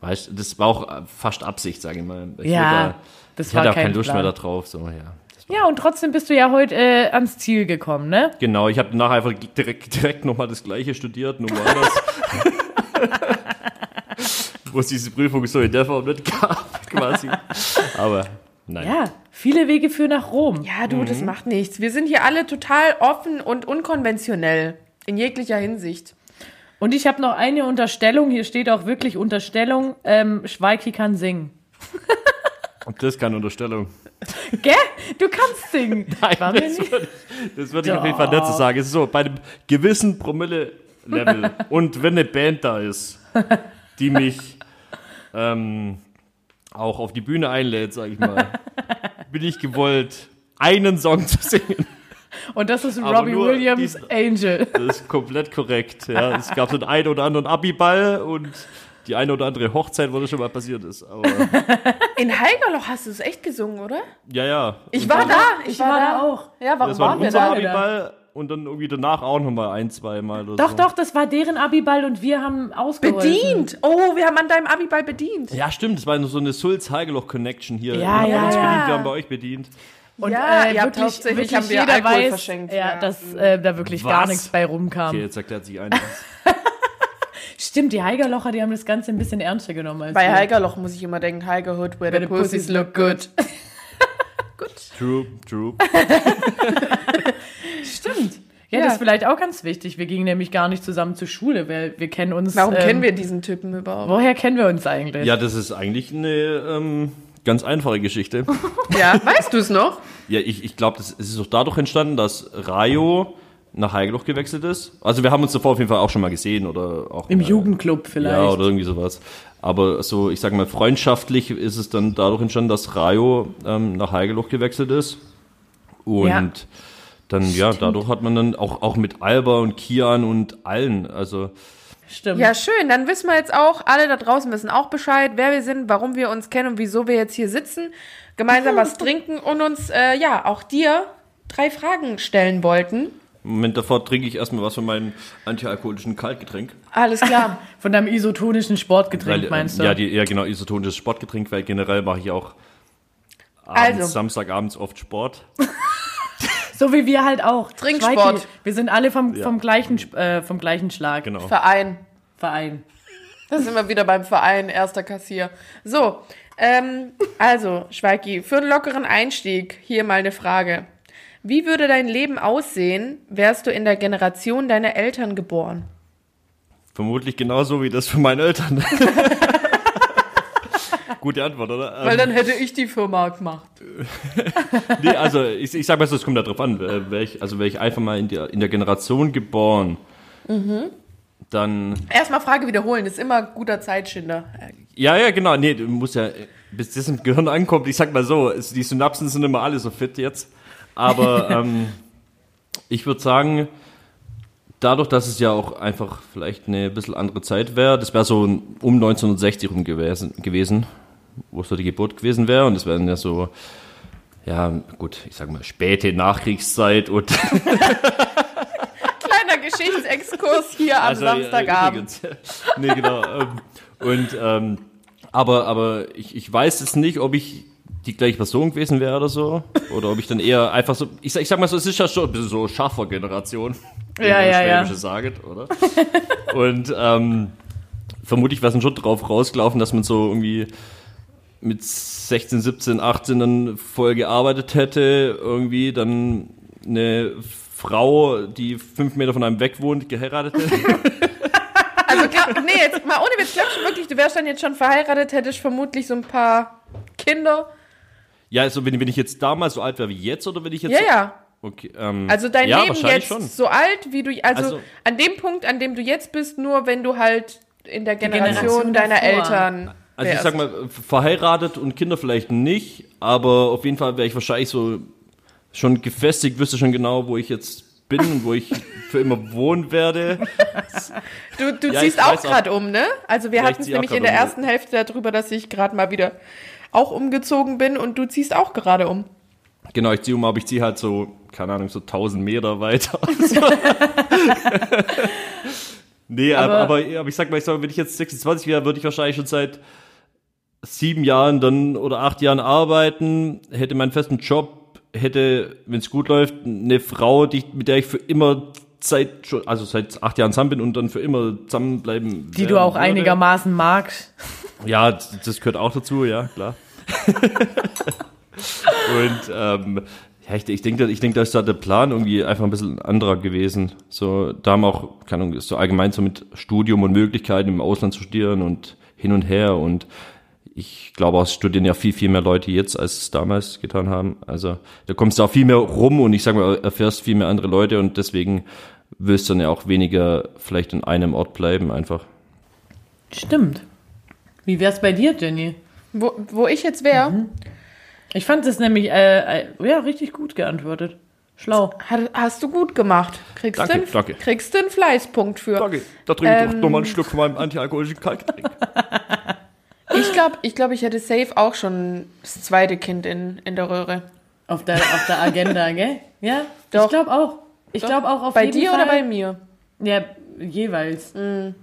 Speaker 4: weißt, du, das war auch äh, fast Absicht, sage ich mal. Ich
Speaker 1: Ja,
Speaker 4: wollte da-
Speaker 1: das
Speaker 4: ich
Speaker 1: war
Speaker 4: hatte auch
Speaker 1: kein
Speaker 4: keine Lust
Speaker 1: Plan.
Speaker 4: mehr darauf. So, ja. Das war-
Speaker 1: Ja, und trotzdem bist du ja heute äh, ans Ziel gekommen, ne?
Speaker 4: Genau, ich habe danach einfach direkt, direkt nochmal das Gleiche studiert,
Speaker 1: *laughs*
Speaker 4: nur woanders. Wo es diese Prüfung so in der Form nicht gab, quasi. Aber nein.
Speaker 1: Ja, viele Wege führen nach Rom.
Speaker 3: Ja, du,
Speaker 4: Mhm.
Speaker 3: das macht nichts. Wir sind hier alle total offen und unkonventionell. In jeglicher Hinsicht.
Speaker 1: Und ich habe noch eine Unterstellung, hier steht auch wirklich Unterstellung, ähm, Schweiki kann singen.
Speaker 4: Und das ist keine Unterstellung.
Speaker 1: Gell? Du kannst singen.
Speaker 4: *laughs* Nein,
Speaker 1: War mir
Speaker 4: das
Speaker 1: nicht-
Speaker 4: würde ich, das würde ich auf jeden Fall nicht so sagen. Es ist so, bei einem
Speaker 3: *laughs*
Speaker 4: gewissen Promille-Level und wenn eine Band da ist, die mich ähm, auch auf die Bühne einlädt, sage
Speaker 3: *laughs*
Speaker 4: ich mal, bin ich gewollt, einen Song zu singen.
Speaker 1: Und das ist
Speaker 4: Aber
Speaker 1: Robbie
Speaker 4: nur
Speaker 1: Williams
Speaker 4: dies-
Speaker 1: Angel.
Speaker 4: Das ist komplett korrekt. Ja. Es gab den einen oder anderen Abiball und die eine oder andere Hochzeit, wo das schon mal passiert ist. Aber,
Speaker 3: In Heigerloch hast du es echt gesungen, oder?
Speaker 4: ja, ja.
Speaker 3: Ich
Speaker 4: Und
Speaker 3: war
Speaker 4: dann-
Speaker 3: da. Ich, war, da.
Speaker 1: auch.
Speaker 3: Ja, warum
Speaker 4: Das war
Speaker 3: waren wir
Speaker 4: unser
Speaker 3: da?
Speaker 4: Abiball und dann irgendwie danach auch nochmal ein, zwei Mal. Oder
Speaker 1: Doch,
Speaker 4: so.
Speaker 1: doch, das war deren Abiball und wir haben ausgeholfen.
Speaker 3: Bedient. Oh, wir haben an deinem Abiball bedient.
Speaker 4: Ja, stimmt, das war nur so eine Sulz-Heigeloch-Connection hier.
Speaker 1: Ja,
Speaker 4: wir
Speaker 1: ja,
Speaker 4: haben uns
Speaker 1: ja.
Speaker 4: bedient, wir haben bei euch bedient.
Speaker 1: Und
Speaker 3: Ja,
Speaker 1: äh,
Speaker 3: ihr habt
Speaker 1: wirklich,
Speaker 3: hauptsächlich
Speaker 1: wirklich
Speaker 3: haben wir
Speaker 1: jeder
Speaker 3: Alkohol
Speaker 1: weiß,
Speaker 3: verschenkt,
Speaker 1: Ja,
Speaker 3: ja.
Speaker 1: dass äh, da wirklich gar
Speaker 4: Was?
Speaker 1: nichts bei rumkam.
Speaker 4: Okay, jetzt erklärt sich einiges.
Speaker 1: Stimmt, die Heigerlocher, die haben das Ganze ein bisschen ernster genommen. Als
Speaker 3: Bei
Speaker 1: wir.
Speaker 3: Heigerloch muss ich immer denken, Heigerhood, where, the
Speaker 1: the
Speaker 3: pussies
Speaker 1: pussies
Speaker 3: look good.
Speaker 4: *laughs* true, true.
Speaker 1: Stimmt. Ja,
Speaker 3: Ja.
Speaker 1: das ist vielleicht auch ganz wichtig. Wir gingen nämlich gar nicht zusammen zur Schule, weil wir kennen uns.
Speaker 3: Warum
Speaker 1: ähm,
Speaker 3: kennen wir diesen Typen überhaupt?
Speaker 1: Woher kennen wir uns eigentlich?
Speaker 4: Ja, das ist eigentlich eine ähm, ganz einfache Geschichte.
Speaker 1: *laughs*
Speaker 3: Ja, weißt du es noch?
Speaker 4: Ja, ich, ich glaube, das es ist auch dadurch entstanden, dass Rayo nach Heigeloch gewechselt ist. Also wir haben uns davor auf jeden Fall auch schon mal gesehen oder auch
Speaker 1: Im
Speaker 4: mal-
Speaker 1: Jugendclub vielleicht.
Speaker 4: Ja, oder irgendwie sowas. Aber so, ich sag mal, freundschaftlich ist es dann dadurch entstanden, dass Rayo ähm, nach Heigeloch gewechselt ist. Und
Speaker 1: Ja.
Speaker 4: dann, ja, dadurch hat man dann auch, auch mit Alba und Kian und allen, also
Speaker 1: Stimmt.
Speaker 3: Ja, schön. Dann wissen wir jetzt auch, alle da draußen wissen auch Bescheid, wer wir sind, warum wir uns kennen und wieso wir jetzt hier sitzen, gemeinsam *laughs* was trinken und uns, äh, ja, auch dir drei Fragen stellen wollten.
Speaker 4: im Moment davor trinke ich erstmal was von meinem antialkoholischen Kaltgetränk.
Speaker 3: Alles *laughs* klar.
Speaker 1: Von deinem isotonischen Sportgetränk
Speaker 4: Weil,
Speaker 1: meinst du?
Speaker 4: Ja, die, ja, genau, isotonisches Sportgetränk, weil generell mache ich auch abends,
Speaker 3: Also.
Speaker 4: Samstagabends oft Sport.
Speaker 1: so wie wir halt auch.
Speaker 3: Trinksport.
Speaker 1: Schweiki, Wir sind alle vom,
Speaker 4: Ja.
Speaker 1: vom, gleichen, Sp- äh, vom gleichen Schlag.
Speaker 4: Genau.
Speaker 3: Verein.
Speaker 1: Verein.
Speaker 3: Da sind wir wieder beim Verein, erster Kassier. So, ähm, also, Schweiki, für einen lockeren Einstieg hier mal eine Frage. Wie würde dein Leben aussehen, wärst du in der Generation deiner Eltern geboren?
Speaker 4: Vermutlich genauso wie das von meinen Eltern. *laughs* Gute Antwort, oder? Ähm,
Speaker 3: Weil dann hätte ich die Firma gemacht.
Speaker 4: Nee, also ich, ich sag mal so, es kommt darauf an, äh, wär ich, also wäre ich einfach mal in der, in der Generation geboren, dann,
Speaker 3: Erstmal Frage wiederholen, ist immer guter Zeitschinder.
Speaker 4: ja, ja, genau, nee, du musst ja, äh, bis das im Gehirn ankommt, ich sag mal so, es, die Synapsen sind immer alle so fit jetzt, aber ähm, ich würde sagen, dadurch, dass es ja auch einfach vielleicht eine bisschen andere Zeit wäre, das wäre so um 1960 rum gewesen, gewesen wo so die Geburt gewesen wäre und das wären ja so, ja, gut, ich sag mal, späte Nachkriegszeit und
Speaker 3: Kleiner Geschichtsexkurs hier am
Speaker 4: Also, ja,
Speaker 3: Samstagabend.
Speaker 4: äh, übrigens. *laughs* nee, genau. ähm, und, ähm, aber aber ich, ich weiß jetzt nicht, ob ich die gleiche Person gewesen wäre oder so. Oder ob ich dann eher einfach so. Ich, sag- ich sag mal so, es ist ja schon ein bisschen so Schaffer-Generation. wie
Speaker 1: Ja,
Speaker 4: man
Speaker 1: ja, ja.
Speaker 4: Schwäbische Sagt, oder? *laughs* und ähm, vermutlich war es dann schon drauf rausgelaufen, dass man so irgendwie mit 16, 17, 18 dann voll gearbeitet hätte, irgendwie dann eine Frau, die fünf Meter von einem weg wohnt, geheiratet hätte.
Speaker 3: Also, glaub, nee, jetzt mal ohne Witz, glaubst du wirklich, du wärst dann jetzt schon verheiratet, hättest vermutlich so ein paar Kinder.
Speaker 4: Ja, also wenn, wenn ich jetzt damals so alt wäre wie jetzt oder wenn ich jetzt.
Speaker 3: Ja,
Speaker 4: so,
Speaker 3: ja.
Speaker 4: Okay, ähm,
Speaker 3: Also dein
Speaker 4: ja,
Speaker 3: Leben
Speaker 4: wahrscheinlich
Speaker 3: jetzt
Speaker 4: schon.
Speaker 3: so alt, wie du, also,
Speaker 4: Also-
Speaker 3: an dem Punkt, an dem du jetzt bist, nur wenn du halt in der
Speaker 1: Generation
Speaker 3: Generation, deiner
Speaker 1: davor.
Speaker 3: Eltern
Speaker 4: Also ich
Speaker 3: wärst.
Speaker 4: sag mal, verheiratet und Kinder vielleicht nicht, aber auf jeden Fall wäre ich wahrscheinlich so schon gefestigt, wüsste schon genau, wo ich jetzt bin und wo ich für immer wohnen werde.
Speaker 3: Du, du
Speaker 4: Ja,
Speaker 3: ziehst
Speaker 4: ich
Speaker 3: auch
Speaker 4: weiß auch.
Speaker 3: gerade um, ne? Also wir
Speaker 4: Ja, ich
Speaker 3: hatten es
Speaker 4: zieh auch
Speaker 3: nämlich in
Speaker 4: grad
Speaker 3: der
Speaker 4: um.
Speaker 3: ersten Hälfte darüber, dass ich gerade mal wieder auch umgezogen bin und du ziehst auch gerade um.
Speaker 4: Genau, ich ziehe um, aber ich ziehe halt so, keine Ahnung, so 1000
Speaker 1: *laughs*
Speaker 4: Meter weiter. Also. nee, aber, aber,
Speaker 1: Aber-
Speaker 4: aber ich sag mal, ich sag, mal, wenn ich jetzt 26 wäre, würde ich wahrscheinlich schon seit sieben Jahren dann oder acht Jahren arbeiten, hätte meinen festen Job, hätte, wenn es gut läuft, eine Frau, die, ich- mit der ich für immer seit schon, also seit acht Jahren zusammen bin und dann für immer zusammenbleiben
Speaker 1: Die du auch
Speaker 4: einigermaßen
Speaker 1: einigermaßen magst.
Speaker 4: ja, das das gehört auch dazu, ja, klar. Und ähm, ja, ich, ich denke, ich denk, da ist da der Plan irgendwie einfach ein bisschen ein anderer gewesen. So, da haben auch, keine Ahnung, so allgemein so mit Studium und Möglichkeiten im Ausland zu studieren und hin und her. Und ich glaube, auch es studieren ja viel, viel mehr Leute jetzt, als es damals getan haben. Also da kommst du auch viel mehr rum und ich sag mal, erfährst viel mehr andere Leute und deswegen willst du dann ja auch weniger vielleicht in einem Ort bleiben einfach.
Speaker 1: Stimmt. Wie wär's bei dir, Jenny?
Speaker 3: Wo, wo ich jetzt
Speaker 1: Mhm.
Speaker 3: wäre,
Speaker 1: Ich fand es nämlich äh, äh, ja, richtig gut geantwortet. Schlau.
Speaker 3: hat- hast du gut gemacht. Kriegst
Speaker 4: Danke,
Speaker 3: den,
Speaker 4: danke.
Speaker 3: Kriegst den Fleißpunkt für.
Speaker 4: Danke. Da trinke ich doch nochmal einen Schluck von meinem antialkoholischen Kalkgetränk.
Speaker 3: Ich glaube, ich, glaub, ich hätte safe auch schon das zweite Kind in, in der Röhre.
Speaker 1: Auf der, auf der *laughs* Agenda, gell? Ja?
Speaker 3: Doch.
Speaker 1: Ich glaube auch. Ich glaube auch auf
Speaker 3: Bei
Speaker 1: jeden
Speaker 3: dir
Speaker 1: Fall.
Speaker 3: oder bei mir?
Speaker 1: Ja, jeweils. Also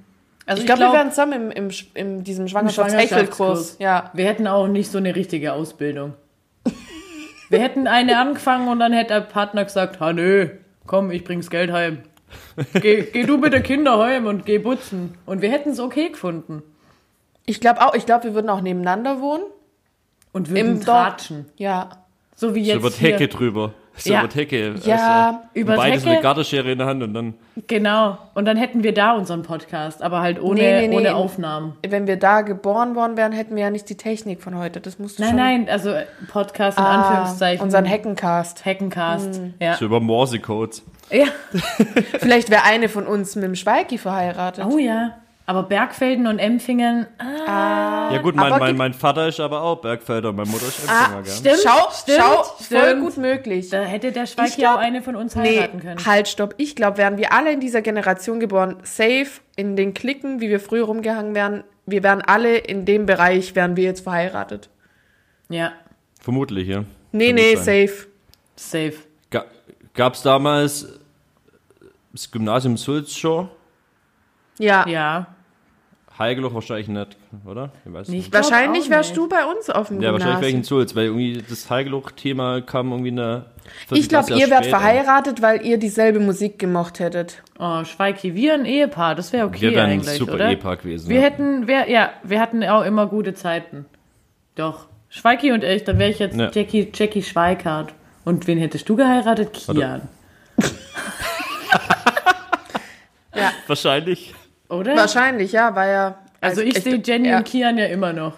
Speaker 3: Ich glaube, wir wären zusammen im, im, Sch- in diesem Schwangerschafts-Eichelkurs.
Speaker 1: Schwangerschaftskurs.
Speaker 3: Ja.
Speaker 1: Wir hätten auch nicht so eine richtige *laughs* Ausbildung. Wir hätten eine angefangen und dann hätte der Partner gesagt, ha nö, komm, ich bring's Geld heim. Geh, geh du bitte Kinder heim und geh putzen. Und wir hätten's okay gefunden.
Speaker 3: Ich glaube auch, ich glaube, wir würden auch nebeneinander wohnen.
Speaker 1: Und würden
Speaker 3: Dorf.
Speaker 1: tratschen.
Speaker 3: Ja.
Speaker 1: So wie
Speaker 4: So
Speaker 1: jetzt
Speaker 4: wird
Speaker 1: hier.
Speaker 4: Hecke drüber. So
Speaker 1: Ja.
Speaker 4: wird Hecke.
Speaker 3: Ja,
Speaker 4: also,
Speaker 1: übers
Speaker 4: beides mit
Speaker 1: Hecke.
Speaker 4: Gartenschere in der Hand und dann.
Speaker 1: Genau. Und dann hätten wir da unseren Podcast, aber halt ohne,
Speaker 3: Nee, nee, nee.
Speaker 1: ohne Aufnahmen.
Speaker 3: Wenn wir da geboren worden wären, hätten wir ja nicht die Technik von heute. Das musst du
Speaker 1: Nein,
Speaker 3: schon.
Speaker 1: nein, also äh, Podcast in
Speaker 3: Ah,
Speaker 1: Anführungszeichen.
Speaker 3: Unseren Hm. Hackencast.
Speaker 1: Heckencast. Ja.
Speaker 4: So über Morsecodes.
Speaker 1: ja.
Speaker 3: Vielleicht wäre eine von uns mit dem Schweiki verheiratet.
Speaker 1: Oh ja. Aber Bergfelden und Empfingen. Ah,
Speaker 4: Ja, gut, mein,
Speaker 3: aber
Speaker 4: mein,
Speaker 3: geht-
Speaker 4: mein Vater ist aber auch Bergfelder, meine Mutter ist Empfinger, gell?
Speaker 3: Schau,
Speaker 1: stimmt,
Speaker 3: schau, voll
Speaker 1: stimmt.
Speaker 3: gut möglich.
Speaker 1: Da hätte der
Speaker 3: Ich
Speaker 1: Schweig
Speaker 3: glaub-
Speaker 1: ja auch eine von uns
Speaker 3: Nee,
Speaker 1: heiraten können.
Speaker 3: halt, stopp. Ich glaube, wären wir alle in dieser Generation geboren, safe in den Klicken, wie wir früher rumgehangen wären, wir wären alle in dem Bereich, wären wir jetzt verheiratet.
Speaker 1: Ja,
Speaker 4: Vermutlich, ja.
Speaker 3: Nee,
Speaker 4: Kann
Speaker 3: nee,
Speaker 4: gut sein.
Speaker 3: safe.
Speaker 1: safe.
Speaker 4: Ga Gab es damals das Gymnasium Sulz schon?
Speaker 3: Ja.
Speaker 1: Ja.
Speaker 4: Heigeloch wahrscheinlich nicht, oder? Ich weiß
Speaker 1: Nee, ich
Speaker 4: nicht.
Speaker 1: glaub
Speaker 3: Wahrscheinlich
Speaker 1: auch
Speaker 3: wärst
Speaker 1: nicht.
Speaker 3: du bei uns auf dem
Speaker 4: Ja, wahrscheinlich wäre ich
Speaker 3: Gymnasium.
Speaker 4: in Sulz, weil irgendwie das Heigeloch-Thema kam irgendwie in der. vierten
Speaker 3: Ich glaube,
Speaker 4: Klasse
Speaker 3: ihr
Speaker 4: erst
Speaker 3: wärt
Speaker 4: später.
Speaker 3: verheiratet, weil ihr dieselbe Musik gemocht hättet.
Speaker 1: Oh, Schweiki, wir ein Ehepaar, das wäre okay
Speaker 4: Wir wären ein
Speaker 1: eigentlich,
Speaker 4: super
Speaker 1: oder?
Speaker 4: Ehepaar gewesen.
Speaker 1: Wir
Speaker 4: ja.
Speaker 1: hätten, wir, ja, wir hatten auch immer gute Zeiten. Doch. Schweiki und ich, dann wäre ich jetzt
Speaker 4: Ja.
Speaker 1: Jackie, Jackie Schweikart. Und wen hättest du geheiratet? Kian.
Speaker 4: Wahrscheinlich.
Speaker 1: Oder?
Speaker 3: Wahrscheinlich, ja, war ja.
Speaker 1: Äh. Also
Speaker 3: als
Speaker 1: ich
Speaker 3: echt-
Speaker 1: sehe Jenny
Speaker 3: ja,
Speaker 1: und Kian ja immer noch.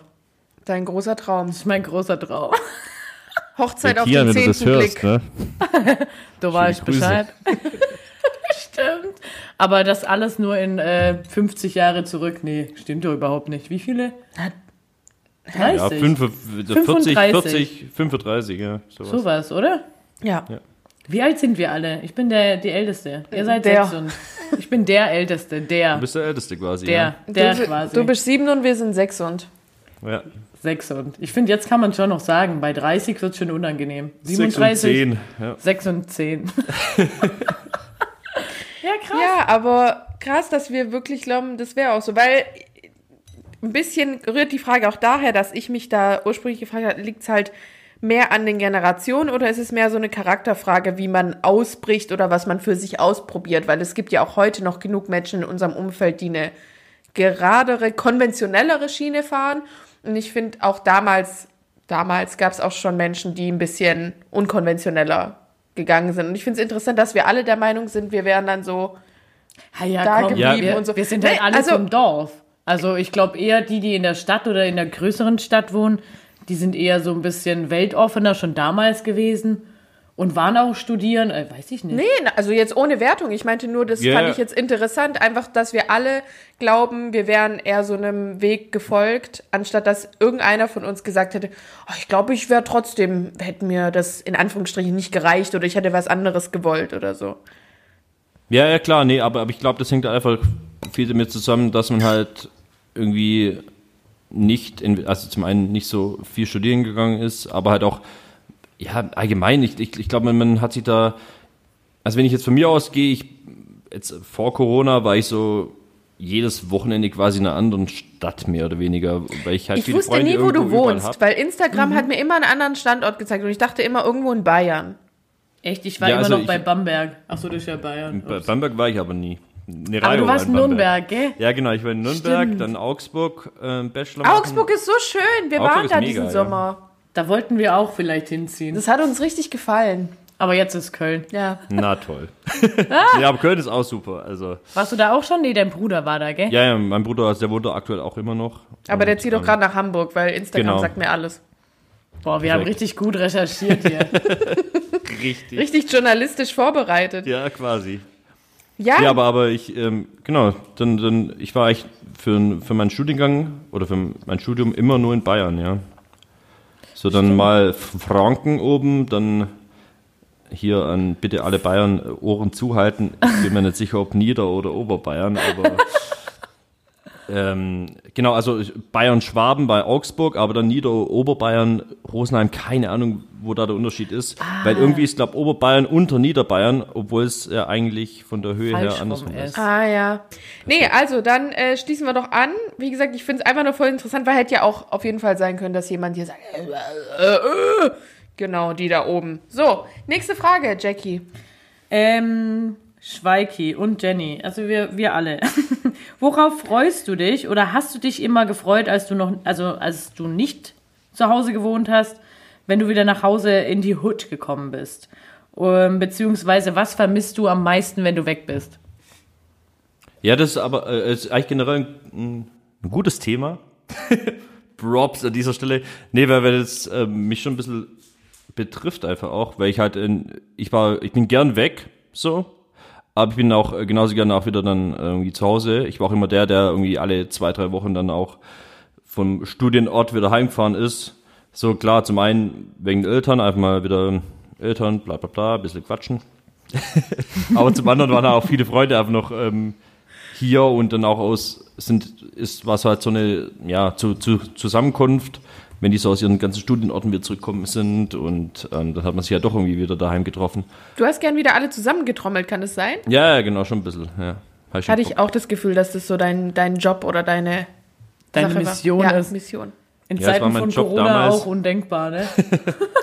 Speaker 3: Dein großer Traum.
Speaker 1: Das ist mein großer Traum.
Speaker 4: *laughs*
Speaker 3: Hochzeit auf den zehnten Blick.
Speaker 4: ne?
Speaker 1: Da war ich
Speaker 4: Schöne Grüße.
Speaker 1: Bescheid. *laughs* Stimmt. Aber das alles nur in äh, 50 Jahre zurück. Nee, stimmt doch überhaupt nicht. Wie viele? 30.
Speaker 4: Ja, äh, 45, 40, 40, 35, ja. Sowas.
Speaker 1: Sowas, oder?
Speaker 3: Ja.
Speaker 1: Wie alt sind wir alle? Ich bin der die Älteste. Ihr seid
Speaker 3: Der.
Speaker 1: sechs und ich bin der Älteste, der,
Speaker 4: Du bist der Älteste quasi.
Speaker 1: der,
Speaker 4: Ja.
Speaker 1: der
Speaker 3: du,
Speaker 1: quasi.
Speaker 3: du bist sieben und wir sind sechs und.
Speaker 4: Ja.
Speaker 1: 6 und. Ich finde, jetzt kann man schon noch sagen, bei 30 wird es schon unangenehm. 37,
Speaker 4: 36. 10. Ja.
Speaker 1: 6 und 10. ja, krass.
Speaker 3: *laughs* Ja, aber krass, dass wir wirklich glauben, das wäre auch so, weil ein bisschen rührt die Frage auch daher, dass ich mich da ursprünglich gefragt habe, liegt es halt mehr an den Generationen oder ist es mehr so eine Charakterfrage, wie man ausbricht oder was man für sich ausprobiert? Weil es gibt ja auch heute noch genug Menschen in unserem Umfeld, die eine geradere, konventionellere Schiene fahren. Und ich finde auch damals, damals gab es auch schon Menschen, die ein bisschen unkonventioneller gegangen sind. Und ich finde es interessant, dass wir alle der Meinung sind, wir wären dann so,
Speaker 1: Ha, ja,
Speaker 3: da
Speaker 1: komm,
Speaker 3: geblieben
Speaker 1: wir,
Speaker 3: und so.
Speaker 1: wir sind halt
Speaker 3: Nee,
Speaker 1: alle
Speaker 3: also-
Speaker 1: vom Dorf. Also ich glaube eher die, die in der Stadt oder in der größeren Stadt wohnen, die sind eher so ein bisschen weltoffener schon damals gewesen und waren auch studieren, äh, weiß ich nicht.
Speaker 3: Nee, na, also jetzt ohne Wertung. Ich meinte nur, das
Speaker 4: Ja,
Speaker 3: fand
Speaker 4: ja.
Speaker 3: ich jetzt interessant, einfach, dass wir alle glauben, wir wären eher so einem Weg gefolgt, anstatt dass irgendeiner von uns gesagt hätte, "Ah, ich glaube, ich wäre trotzdem, hätte mir das in Anführungsstrichen nicht gereicht oder ich hätte was anderes gewollt oder so.
Speaker 4: Ja, ja, klar, nee, aber, aber ich glaube, das hängt halt einfach viel damit zusammen, dass man halt irgendwie nicht, in, also zum einen nicht so viel studieren gegangen ist, aber halt auch, ja, allgemein, ich, ich, ich glaube, man, man hat sich da, also wenn ich jetzt von mir ausgehe, ich, jetzt vor Corona war ich so jedes Wochenende quasi in einer anderen Stadt mehr oder weniger, weil ich halt
Speaker 3: Ich
Speaker 4: viele
Speaker 3: wusste
Speaker 4: Freunde
Speaker 3: nie, wo du
Speaker 4: irgendwo überall Mhm.
Speaker 3: wohnst,
Speaker 4: hab.
Speaker 3: weil Instagram hat mir immer einen anderen Standort gezeigt und ich dachte immer irgendwo in Bayern.
Speaker 1: Echt, ich war
Speaker 4: Ja,
Speaker 1: immer
Speaker 4: also
Speaker 1: noch bei
Speaker 4: ich-
Speaker 1: Bamberg. Achso, das ist ja Bayern.
Speaker 4: Bei Bamberg war ich aber nie. Nee,
Speaker 1: Aber
Speaker 4: Rayo
Speaker 1: du
Speaker 4: war
Speaker 1: warst in Nürnberg, gell?
Speaker 4: Ja, genau, ich war in Nürnberg, dann Augsburg, ähm, Bachelor. machen.
Speaker 3: Augsburg ist so schön, wir
Speaker 4: Augsburg
Speaker 3: waren
Speaker 4: ist
Speaker 3: da
Speaker 4: mega,
Speaker 3: diesen
Speaker 4: ja.
Speaker 3: Sommer.
Speaker 1: Da wollten wir auch vielleicht hinziehen.
Speaker 3: Das hat uns richtig gefallen.
Speaker 1: Aber jetzt ist Köln.
Speaker 3: Ja. *laughs*
Speaker 4: Na toll.
Speaker 3: Ah.
Speaker 4: ja, aber Köln ist auch super. Also,
Speaker 1: Warst du da auch schon? Nee, dein Bruder war da, gell?
Speaker 4: ja, ja, mein Bruder, also der wohnt da aktuell auch immer noch.
Speaker 3: Aber der
Speaker 4: Und,
Speaker 3: zieht doch
Speaker 4: ähm,
Speaker 3: gerade nach Hamburg, weil Instagram
Speaker 4: Genau.
Speaker 3: sagt mir alles.
Speaker 1: Boah, wir haben
Speaker 4: Perfekt.
Speaker 1: richtig gut recherchiert
Speaker 4: *laughs*
Speaker 1: hier.
Speaker 4: Richtig.
Speaker 3: Richtig journalistisch vorbereitet.
Speaker 4: Ja, quasi.
Speaker 3: Ja,
Speaker 4: Ja, aber, aber ich, ähm, genau, dann, dann, ich war echt für, für meinen Studiengang oder für mein Studium immer nur in Bayern, ja. So, dann mal Franken oben, dann hier an bitte alle Bayern äh, Ohren zuhalten. Ich bin mir nicht sicher, ob Nieder- oder Oberbayern, aber. Ähm, genau, also Bayern-Schwaben bei Augsburg, aber dann Nieder-Oberbayern, Rosenheim, keine Ahnung, wo da der Unterschied ist. Weil irgendwie ist, glaube Oberbayern unter Niederbayern, obwohl es äh, eigentlich von der Höhe
Speaker 1: Falsch
Speaker 4: her
Speaker 1: rum
Speaker 4: andersrum ist.
Speaker 1: ist.
Speaker 3: ah ja. Nee, also dann äh, schließen wir doch an. Wie gesagt, ich finde es einfach nur voll interessant, weil hätte ja auch auf jeden Fall sein können, dass jemand hier sagt, äh, äh, äh, genau, die da oben. So, nächste Frage, Jackie.
Speaker 1: Ähm, Schweiki und Jenny, also wir, wir alle. *laughs* Worauf freust du dich oder hast du dich immer gefreut, als du noch, also als du nicht zu Hause gewohnt hast, wenn du wieder nach Hause in die Hood gekommen bist? Ähm, beziehungsweise, was vermisst du am meisten, wenn du weg bist?
Speaker 4: Ja, das ist aber äh, ist eigentlich generell ein, ein gutes Thema. *laughs* Props an dieser Stelle. Nee, weil, weil das äh, mich schon ein bisschen betrifft einfach auch, weil ich halt in, ich war, ich bin gern weg, so. Aber ich bin auch äh, genauso gerne auch wieder dann äh, irgendwie zu Hause. Ich war auch immer der, der irgendwie alle zwei, drei Wochen dann auch vom Studienort wieder heimgefahren ist. So klar, zum einen wegen den Eltern, einfach mal wieder Eltern, bla bla bla, ein bisschen quatschen. *laughs* Aber zum anderen waren auch viele Freunde einfach noch ähm, hier und dann auch aus sind ist was halt so eine ja zu, zu Zusammenkunft, wenn die so aus ihren ganzen Studienorten wieder zurückgekommen sind und ähm, dann hat man sich ja doch irgendwie wieder daheim getroffen.
Speaker 3: Du hast gern wieder alle zusammengetrommelt, kann es sein?
Speaker 4: Ja, ja genau schon ein bisschen. Ja. Hab schon
Speaker 3: Hatte
Speaker 4: Bock.
Speaker 3: ich auch das Gefühl, dass das so dein, dein Job oder deine,
Speaker 1: Deine
Speaker 3: Sache
Speaker 1: Mission
Speaker 3: war. Ja,
Speaker 1: ist
Speaker 3: Mission.
Speaker 1: in
Speaker 4: Ja, das war
Speaker 1: Zeiten
Speaker 4: mein
Speaker 1: von
Speaker 4: Job
Speaker 1: Corona
Speaker 4: damals.
Speaker 1: auch undenkbar, ne?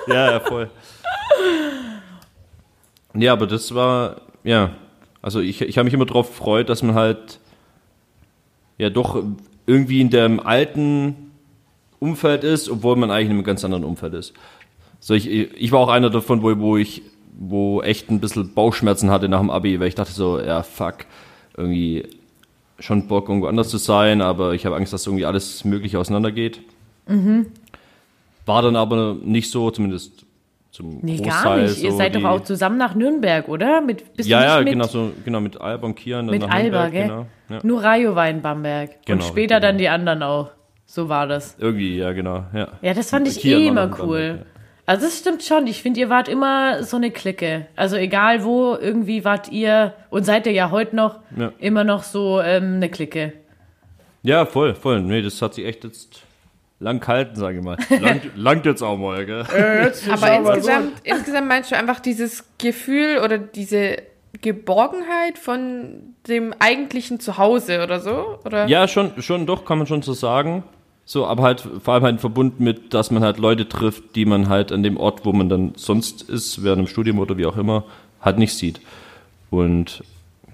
Speaker 4: Ja, ja, voll. ja, aber das war, ja, also ich, ich habe mich immer darauf gefreut, dass man halt ja doch irgendwie in dem alten Umfeld ist, obwohl man eigentlich in einem ganz anderen Umfeld ist. So, ich, ich war auch einer davon, wo, wo ich wo echt ein bisschen Bauchschmerzen hatte nach dem Abi, weil ich dachte so, ja, fuck, irgendwie schon Bock, irgendwo anders zu sein, aber ich habe Angst, dass irgendwie alles Mögliche auseinandergeht.
Speaker 1: Mhm.
Speaker 4: War dann aber nicht so, zumindest zum
Speaker 1: Nee,
Speaker 4: Großteil.
Speaker 1: gar nicht. Ihr
Speaker 4: so
Speaker 1: seid
Speaker 4: die-
Speaker 1: doch auch zusammen nach Nürnberg, oder? Mit, bist
Speaker 4: ja,
Speaker 1: du
Speaker 4: ja,
Speaker 1: nicht mit,
Speaker 4: genau, so, genau, mit Alba und Kian. dann
Speaker 1: mit
Speaker 4: nach
Speaker 1: Alba,
Speaker 4: Nürnberg,
Speaker 1: gell?
Speaker 4: Genau, ja.
Speaker 1: Nur Rayo war in Bamberg.
Speaker 4: Genau,
Speaker 1: Und später
Speaker 4: genau.
Speaker 1: dann die anderen auch. So war das.
Speaker 4: Irgendwie, ja, genau. Ja,
Speaker 1: Ja, das fand
Speaker 4: Mit
Speaker 1: ich
Speaker 4: Kian
Speaker 1: eh
Speaker 4: war noch
Speaker 1: immer
Speaker 4: mit
Speaker 1: cool.
Speaker 4: Bamberg, ja.
Speaker 1: Also das stimmt schon. Ich finde, ihr wart immer so eine Clique. Also egal wo, irgendwie wart ihr und seid ihr ja heute noch
Speaker 4: Ja.
Speaker 1: immer noch so ähm, eine Clique.
Speaker 4: ja voll, voll. Nee, das hat sich echt jetzt. lang halten,
Speaker 1: *laughs*
Speaker 4: sage ich mal. Langt, langt jetzt auch mal, gell?
Speaker 3: Aber insgesamt, insgesamt meinst du einfach dieses Gefühl oder diese Geborgenheit von dem eigentlichen Zuhause oder so? Oder?
Speaker 4: Ja, schon, schon doch, kann man schon so sagen. So, aber halt vor allem halt verbunden mit, dass man halt Leute trifft, die man halt an dem Ort, wo man dann sonst ist, während dem Studium oder wie auch immer, halt nicht sieht. Und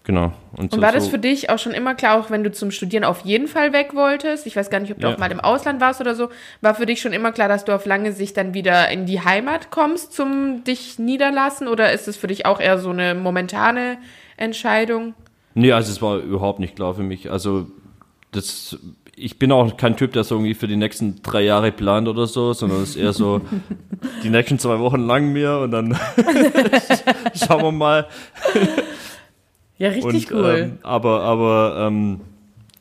Speaker 4: genau.
Speaker 3: Und
Speaker 4: so-
Speaker 3: war das
Speaker 4: so-
Speaker 3: für dich auch schon immer klar, auch wenn du zum Studieren auf jeden Fall weg wolltest? Ich weiß gar nicht, ob du
Speaker 4: Ja.
Speaker 3: auch mal im Ausland warst oder so. War für dich schon immer klar, dass du auf lange Sicht dann wieder in die Heimat kommst zum dich niederlassen? Oder ist es für dich auch eher so eine momentane Entscheidung?
Speaker 4: Nee, also es war überhaupt nicht klar für mich. Also das, ich bin auch kein Typ, der so irgendwie für die nächsten drei Jahre plant oder so, sondern es ist
Speaker 1: *laughs*
Speaker 4: eher so die nächsten zwei Wochen lang mir und dann schauen wir mal.
Speaker 1: Ja, richtig
Speaker 4: und,
Speaker 1: cool.
Speaker 4: Ähm, aber aber ähm,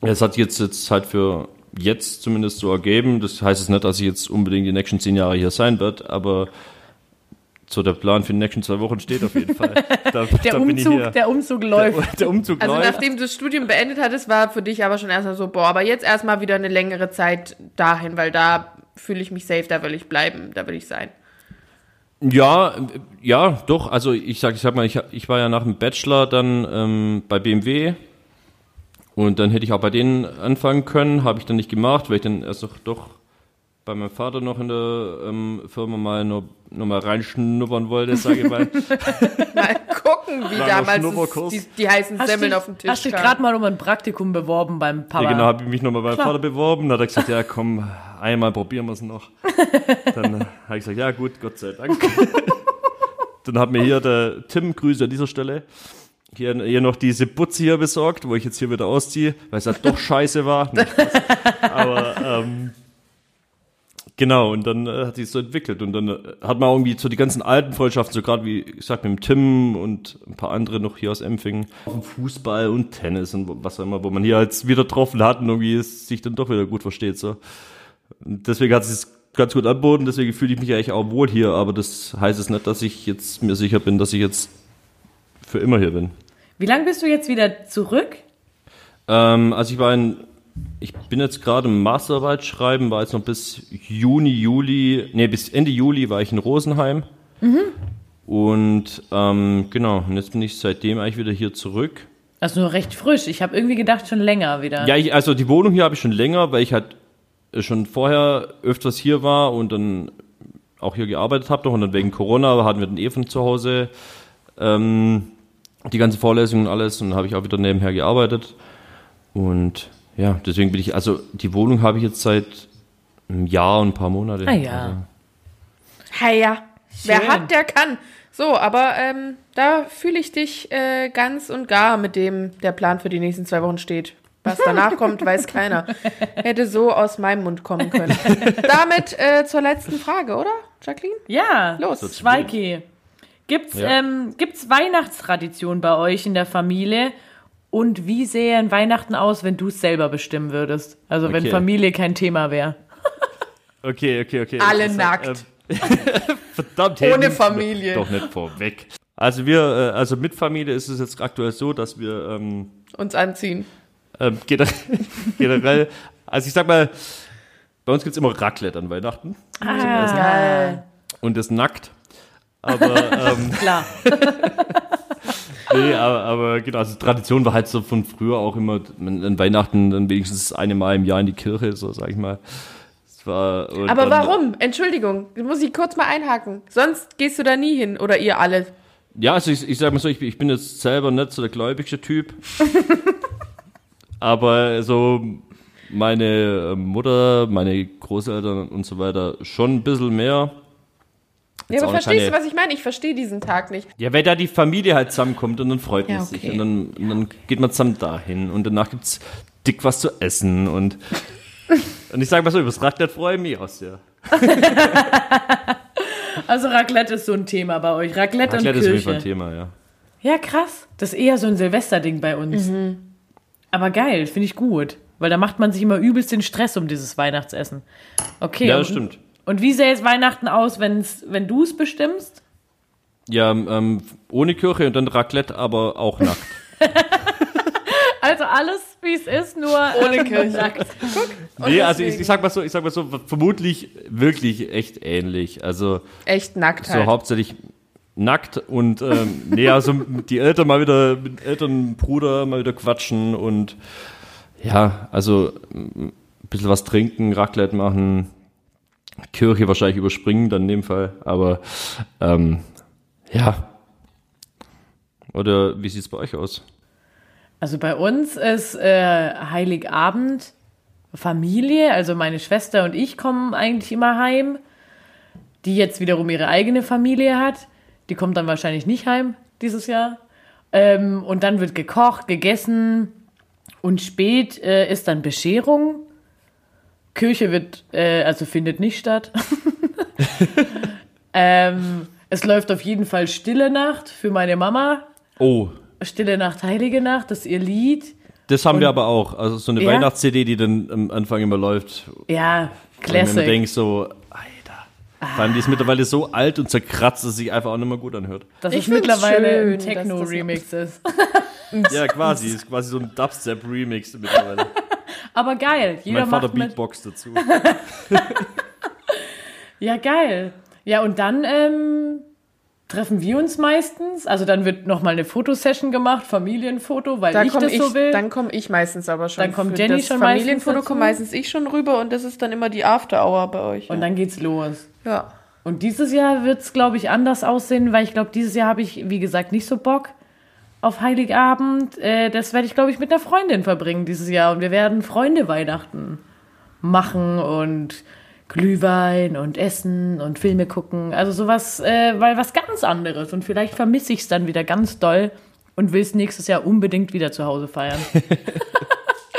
Speaker 4: es hat jetzt, jetzt halt für jetzt zumindest so ergeben. Das heißt es nicht, dass ich jetzt unbedingt die nächsten zehn Jahre hier sein wird, aber so der Plan für die nächsten zwei Wochen steht auf
Speaker 1: *laughs*
Speaker 4: jeden Fall. Da,
Speaker 1: der,
Speaker 4: da bin ich hier.
Speaker 1: Umzug, der Umzug läuft.
Speaker 4: der, der Umzug
Speaker 3: Also
Speaker 4: läuft.
Speaker 3: nachdem du das Studium beendet hattest, war für dich aber schon erstmal so, boah, aber jetzt erstmal wieder eine längere Zeit dahin, weil da fühle ich mich safe, da will ich bleiben, da will ich sein.
Speaker 4: Ja, äh, ja, doch. Also ich sag, ich sag mal, ich, ich war ja nach dem Bachelor dann ähm, bei BMW und dann hätte ich auch bei denen anfangen können, habe ich dann nicht gemacht, weil ich dann erst noch doch bei meinem Vater noch in der ähm, Firma mal noch, noch mal reinschnuppern wollte, sage ich mal.
Speaker 3: Mal gucken, wie
Speaker 4: Langer
Speaker 3: damals
Speaker 4: Schnupperkurs.
Speaker 3: es, die, die heißen
Speaker 1: Hast
Speaker 3: Semmeln
Speaker 1: dich-
Speaker 3: auf dem Tisch
Speaker 1: Hast dich
Speaker 3: kamen.
Speaker 1: gerade mal um ein Praktikum beworben beim Papa.
Speaker 4: ja, genau, habe ich mich nochmal beim Vater beworben. Dann hat er gesagt, ja komm, einmal probieren wir es noch. Dann habe ich gesagt, ja gut, Gott sei Dank. *laughs* Dann hat mir hier der Tim, Grüße an dieser Stelle, hier, hier noch diese Butze hier besorgt, wo ich jetzt hier wieder ausziehe, weil es halt doch scheiße war. Nee, Spaß. Aber ähm, genau, und dann äh, hat sich so entwickelt. Und dann äh, hat man irgendwie so die ganzen alten Freundschaften, so gerade wie gesagt mit dem Tim und ein paar andere noch hier aus Empfingen, auf dem Fußball und Tennis und wo- was auch immer, wo man hier jetzt wieder getroffen hat und irgendwie es sich dann doch wieder gut versteht. So. Und deswegen hat es sich ganz gut anboten, deswegen fühle ich mich eigentlich auch wohl hier, aber das heißt es nicht, dass ich jetzt mir sicher bin, dass ich jetzt für immer hier bin.
Speaker 5: Wie lange bist du jetzt wieder zurück?
Speaker 4: Ähm, also ich war in, ich bin jetzt gerade im Masterarbeit schreiben, war jetzt noch bis Juni, Juli, nee, bis Ende Juli war ich in Rosenheim. Und ähm, genau, und jetzt bin ich seitdem eigentlich wieder hier zurück.
Speaker 1: Also nur recht frisch. Ich habe irgendwie gedacht, schon länger wieder.
Speaker 4: Ja, ich, also die Wohnung hier habe ich schon länger, weil ich halt äh, schon vorher öfters hier war und dann auch hier gearbeitet habe noch und dann wegen Corona hatten wir dann eh von zu Hause ähm, die ganze Vorlesung und alles und dann habe ich auch wieder nebenher gearbeitet und ja, deswegen bin ich, also die Wohnung habe ich jetzt seit einem Jahr und ein paar Monate.
Speaker 1: Ah ja.
Speaker 4: Also,
Speaker 3: Ha, ja. Wer
Speaker 1: Schön.
Speaker 3: hat, der kann. So, aber ähm, da fühle ich dich äh, ganz und gar mit dem, der Plan für die nächsten zwei Wochen steht. Was
Speaker 1: *laughs*
Speaker 3: danach kommt, weiß keiner. Hätte so aus meinem Mund kommen können. Damit äh, zur letzten Frage, oder, Jacqueline?
Speaker 1: Ja,
Speaker 3: Los.
Speaker 1: Schweiki. Gibt's,
Speaker 4: Ja.
Speaker 1: ähm, gibt's Weihnachtstradition bei euch in der Familie? Und wie sähe ein Weihnachten aus, wenn du es selber bestimmen würdest? Also wenn
Speaker 4: Okay.
Speaker 1: Familie kein Thema wäre.
Speaker 4: Okay, okay, okay.
Speaker 3: Alle
Speaker 4: Das ist- halt,
Speaker 3: nackt.
Speaker 4: ähm, *laughs* Verdammt.
Speaker 3: Ohne
Speaker 4: hey,
Speaker 3: Familie.
Speaker 4: Doch nicht vorweg. Also wir, äh, also mit Familie ist es jetzt aktuell so, dass wir ähm,
Speaker 3: Uns anziehen.
Speaker 4: ähm, gener- *laughs* generell, also ich sag mal, bei uns gibt's immer Raclette an Weihnachten
Speaker 1: Ah,
Speaker 3: Geil.
Speaker 4: und das nackt.
Speaker 3: *laughs*
Speaker 4: Aber ähm,
Speaker 1: Klar.
Speaker 4: nee, aber, aber genau, also Tradition war halt so von früher auch immer man, an Weihnachten dann wenigstens das eine Mal im Jahr in die Kirche, so sag ich mal. Das war, und
Speaker 3: Aber
Speaker 4: dann-
Speaker 3: warum? Entschuldigung, muss ich kurz mal einhaken. Sonst gehst du da nie hin oder ihr alle.
Speaker 4: Ja, also ich, ich sag mal so, ich, bin- ich bin jetzt selber nicht so der
Speaker 3: *laughs*
Speaker 4: gläubigste Typ. aber so meine Mutter, meine Großeltern und so weiter schon ein bisschen mehr.
Speaker 3: Ja,
Speaker 4: auch
Speaker 3: aber
Speaker 4: eine
Speaker 3: verstehst du,
Speaker 4: kleine-
Speaker 3: was ich meine? Ich verstehe diesen Tag nicht.
Speaker 4: Ja, wenn da die Familie halt zusammenkommt und dann freut
Speaker 3: Ja,
Speaker 4: man
Speaker 3: okay.
Speaker 4: sich und dann, und dann geht man zusammen dahin und danach gibt's dick was zu essen
Speaker 3: *laughs*
Speaker 4: und und ich sag mal so, übers Raclette freue ich mich auch sehr.
Speaker 1: Also Raclette ist so ein Thema bei euch. Raclette,
Speaker 4: Raclette
Speaker 1: und
Speaker 4: ist auf jeden
Speaker 1: Kirche.
Speaker 4: Fall ein Thema, ja.
Speaker 1: Ja, krass. Das ist eher so ein Silvesterding bei uns. Aber geil, finde ich gut. Weil da macht man sich immer übelst den Stress um dieses Weihnachtsessen. Okay.
Speaker 4: Ja, das
Speaker 1: und-
Speaker 4: stimmt.
Speaker 1: Und wie sähe es Weihnachten aus, wenn's, wenn du es bestimmst?
Speaker 3: *laughs*
Speaker 4: ähm, Ja, ähm, ohne Kirche und dann Raclette, aber auch nackt.
Speaker 1: Also alles, wie es ist, nur
Speaker 3: Ohne
Speaker 1: *laughs*
Speaker 3: Kirche.
Speaker 1: nackt.
Speaker 4: Nee, also ich,
Speaker 3: Oh, deswegen-
Speaker 4: ich sag mal so, ich sag mal so, vermutlich wirklich echt ähnlich. Also
Speaker 3: Echt nackt
Speaker 4: so
Speaker 3: halt.
Speaker 4: hauptsächlich nackt und ähm, nee, also die Eltern mal wieder mit Eltern, Bruder mal wieder quatschen und ja, also mm, ein bisschen was trinken, Raclette machen, Kirche wahrscheinlich überspringen dann in dem Fall, aber ähm, ja. Oder wie sieht's bei euch aus?
Speaker 1: Also bei uns ist äh, Heiligabend Familie, also meine Schwester und ich kommen eigentlich immer heim, die jetzt wiederum ihre eigene Familie hat. Die kommt dann wahrscheinlich nicht heim dieses Jahr. Ähm, und dann wird gekocht, gegessen und spät äh, ist dann Bescherung. Kirche wird, äh, also findet nicht statt. *laughs* ähm, es läuft auf jeden Fall Stille Nacht für meine Mama.
Speaker 4: Oh,
Speaker 1: Stille Nacht, Heilige Nacht, das ist ihr Lied.
Speaker 4: das haben wir aber auch. Also so eine
Speaker 1: Ja.
Speaker 4: Weihnachts-CD, die dann am Anfang immer läuft,
Speaker 1: Ja,
Speaker 4: Wenn man
Speaker 1: Classic.
Speaker 4: denkt so, Alter. Vor allem, die ist mittlerweile so alt und zerkratzt, dass es sich einfach auch nicht mehr gut anhört.
Speaker 1: Dass
Speaker 3: Ich
Speaker 1: es
Speaker 3: find's
Speaker 1: mittlerweile
Speaker 3: schön,
Speaker 1: ein
Speaker 3: dass das noch-
Speaker 1: Techno-Remix ist.
Speaker 4: Ja, quasi. Ist quasi so ein Dubstep-Remix mittlerweile.
Speaker 1: Aber geil. Jeder
Speaker 4: mein Vater
Speaker 1: macht mit.
Speaker 4: Beatbox dazu.
Speaker 1: Ja, geil. Ja, und dann ähm, treffen wir uns meistens. Also dann wird nochmal eine Fotosession gemacht, Familienfoto, weil
Speaker 3: Da
Speaker 1: ich
Speaker 3: komm
Speaker 1: das
Speaker 3: ich,
Speaker 1: so will.
Speaker 3: dann komme ich meistens aber schon.
Speaker 1: Dann kommt
Speaker 3: Für
Speaker 1: Jenny
Speaker 3: das
Speaker 1: schon meistens
Speaker 3: Familienfoto
Speaker 1: dazu.
Speaker 3: kommt meistens ich schon rüber und das ist dann immer die After Hour bei euch.
Speaker 1: und dann geht's los.
Speaker 3: ja.
Speaker 1: Und dieses Jahr wird's glaube ich, anders aussehen, weil ich glaube, dieses Jahr habe ich, wie gesagt, nicht so Bock auf Heiligabend. Äh, das werde ich, glaube ich, mit einer Freundin verbringen dieses Jahr. Und wir werden Freunde Weihnachten machen und Glühwein und Essen und Filme gucken. Also sowas, äh, weil was ganz anderes. Und vielleicht vermisse ich es dann wieder ganz doll und will es nächstes Jahr unbedingt wieder zu Hause feiern.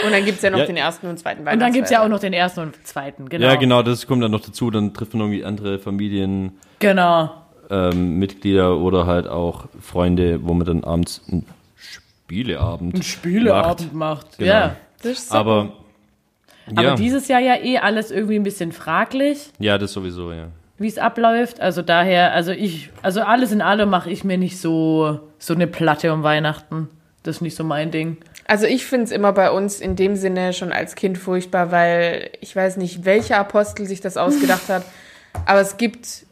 Speaker 3: Und dann gibt es ja noch
Speaker 4: Ja.
Speaker 3: den ersten und zweiten
Speaker 1: Und dann
Speaker 3: Weihnachtsfeiertag.
Speaker 1: gibt es ja auch noch den ersten und zweiten. Genau.
Speaker 4: Ja, genau, das kommt dann noch dazu. Dann trifft man irgendwie andere Familienmitglieder
Speaker 1: Genau.
Speaker 4: ähm, Mitglieder oder halt auch Freunde, wo man dann abends einen Spieleabend. Einen
Speaker 1: Spüleabend macht.
Speaker 4: Genau.
Speaker 1: Ja.
Speaker 3: Das ist so-
Speaker 4: Aber,
Speaker 1: Aber
Speaker 4: ja,
Speaker 1: dieses Jahr ja eh alles irgendwie ein bisschen fraglich.
Speaker 4: ja, das sowieso, ja.
Speaker 1: wie es abläuft. Also daher, also ich, also alles in allem mache ich mir nicht so, so eine Platte um Weihnachten. Das ist nicht so mein Ding.
Speaker 3: Also ich finde es immer bei uns in dem Sinne schon als Kind furchtbar, weil ich weiß nicht, welcher Apostel sich das ausgedacht
Speaker 4: *laughs*
Speaker 3: hat, aber es gibt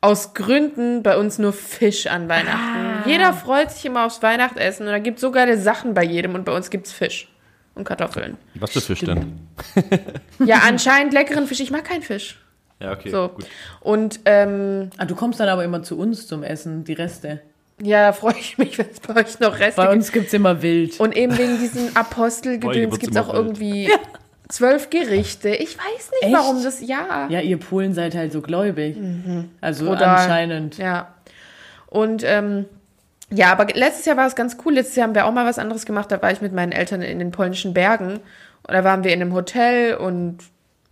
Speaker 3: aus Gründen bei uns nur Fisch an
Speaker 4: Ah.
Speaker 3: Weihnachten. Jeder freut sich immer aufs Weihnachtsessen und da gibt es so geile Sachen bei jedem und bei uns gibt es Fisch und Kartoffeln.
Speaker 4: Was für Fisch denn? *laughs*
Speaker 3: Ja, anscheinend leckeren Fisch. Ich mag keinen Fisch.
Speaker 4: Ja, okay.
Speaker 3: So.
Speaker 4: Gut.
Speaker 3: Und ähm,
Speaker 1: Ah, du kommst dann aber immer zu uns zum Essen, die Reste.
Speaker 3: ja, da freue ich mich, wenn es bei euch noch Reste
Speaker 1: Bei
Speaker 3: gibt.
Speaker 1: uns gibt's immer wild.
Speaker 3: Und eben wegen
Speaker 4: *laughs*
Speaker 3: diesem
Speaker 4: Boah, hier
Speaker 3: Apostelgedöns
Speaker 4: wird's
Speaker 3: gibt es
Speaker 4: immer
Speaker 3: auch
Speaker 4: wild. *laughs*
Speaker 3: irgendwie zwölf Gerichte. Ich weiß nicht,
Speaker 1: Echt?
Speaker 3: warum das ja.
Speaker 1: ja, ihr Polen seid halt so gläubig.
Speaker 3: Mhm.
Speaker 1: Also
Speaker 3: Oder-
Speaker 1: anscheinend.
Speaker 3: Ja. Und ähm, ja, aber letztes Jahr war es ganz cool. Letztes Jahr haben wir auch mal was anderes gemacht. Da war ich mit meinen Eltern in den polnischen Bergen. Und da waren wir in einem Hotel und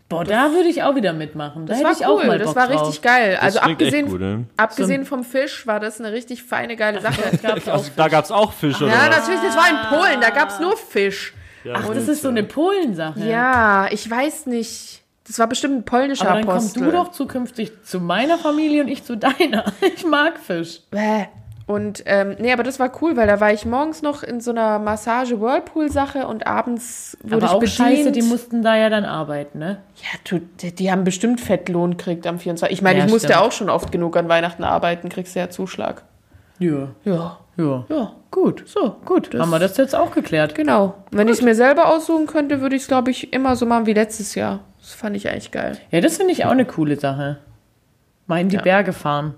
Speaker 1: Boah, da würde ich auch wieder mitmachen. Da
Speaker 3: das
Speaker 1: hätte
Speaker 3: war
Speaker 1: ich auch
Speaker 3: cool.
Speaker 1: mal Bock
Speaker 3: das war
Speaker 1: drauf.
Speaker 3: richtig geil. also
Speaker 4: klingt echt
Speaker 3: abgesehen,
Speaker 4: gut, ne?
Speaker 3: abgesehen vom Fisch war das eine richtig feine,
Speaker 1: *laughs*
Speaker 3: geile Sache.
Speaker 1: Gab's auch.
Speaker 4: Also, da gab's auch Fisch, oder?
Speaker 3: ja,
Speaker 4: was?
Speaker 3: natürlich, das war in Polen. Da gab es nur Fisch.
Speaker 1: Ach, das ist so eine Polensache.
Speaker 3: Ja, ich weiß nicht. Das war bestimmt ein polnischer
Speaker 1: Aber dann kommst
Speaker 3: Apostel.
Speaker 1: du doch zukünftig zu meiner Familie und ich zu deiner. *laughs* Ich mag Fisch.
Speaker 3: Bäh. Und ähm, nee, aber das war cool, weil da war ich morgens noch in so einer Massage-Whirlpool-Sache und abends wurde
Speaker 1: Aber
Speaker 3: ich
Speaker 1: auch
Speaker 3: bedient.
Speaker 1: scheiße, die mussten da ja dann arbeiten, ne?
Speaker 3: ja, du, die, die haben bestimmt Fettlohn gekriegt am 24. Ich meine,
Speaker 1: Ja,
Speaker 3: ich musste
Speaker 1: stimmt.
Speaker 3: auch schon oft genug an Weihnachten arbeiten, kriegst du ja Zuschlag.
Speaker 1: Ja.
Speaker 3: Ja,
Speaker 1: Ja.
Speaker 3: ja,
Speaker 1: Gut, so, gut. Haben wir das jetzt auch geklärt?
Speaker 3: genau. Wenn ich es mir selber aussuchen könnte, würde ich es, glaube ich, immer so machen wie letztes Jahr. Das fand ich eigentlich geil.
Speaker 1: Ja, das finde ich auch eine coole Sache. Mal in die Berge fahren.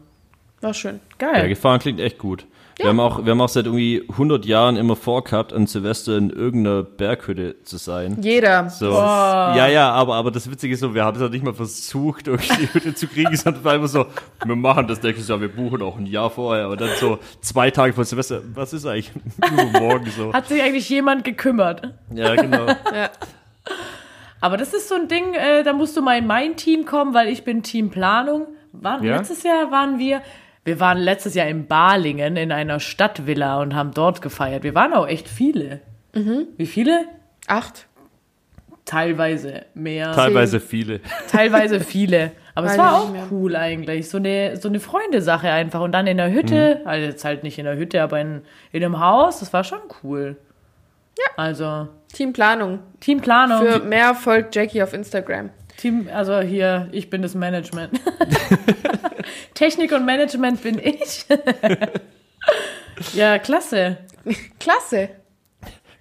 Speaker 3: War schön.
Speaker 4: Ja,
Speaker 1: Geil.
Speaker 4: gefahren klingt echt gut. Wir, haben auch, wir haben auch seit irgendwie 100 Jahren immer vorgehabt, an Silvester in irgendeiner Berghütte zu sein.
Speaker 3: Jeder.
Speaker 4: So. Ja, ja, aber, aber das Witzige ist so, wir haben es halt nicht mal versucht, irgendwie die Hütte zu kriegen, *laughs* sondern war immer so, wir machen das nächstes Jahr, wir buchen auch ein Jahr vorher, aber dann so zwei Tage vor Silvester, was ist eigentlich *laughs* übermorgen so?
Speaker 1: Hat sich eigentlich jemand gekümmert?
Speaker 4: Ja, genau.
Speaker 1: Aber das ist so ein Ding, äh, da musst du mal in mein Team kommen, weil ich bin Team Planung. Waren,
Speaker 4: Ja?
Speaker 1: Letztes Jahr waren wir, wir waren letztes Jahr in Balingen in einer Stadtvilla und haben dort gefeiert. Wir waren auch echt viele. Wie viele?
Speaker 3: Acht.
Speaker 1: Teilweise mehr.
Speaker 4: Teilweise viele.
Speaker 1: Teilweise viele. Aber es
Speaker 3: Weiß
Speaker 1: war
Speaker 3: ich
Speaker 1: auch
Speaker 3: nicht mehr.
Speaker 1: cool eigentlich. So eine, so eine Freundesache einfach. Und dann
Speaker 4: Mhm.
Speaker 1: in der Hütte, also jetzt halt nicht in der Hütte, aber in, in einem Haus, das war schon cool. Also
Speaker 3: Teamplanung.
Speaker 1: Teamplanung,
Speaker 3: Für mehr folgt Jackie auf Instagram.
Speaker 1: Team, also hier, ich bin das
Speaker 3: *laughs*
Speaker 1: Management. Technik und Management bin ich. ja, klasse.
Speaker 3: Klasse.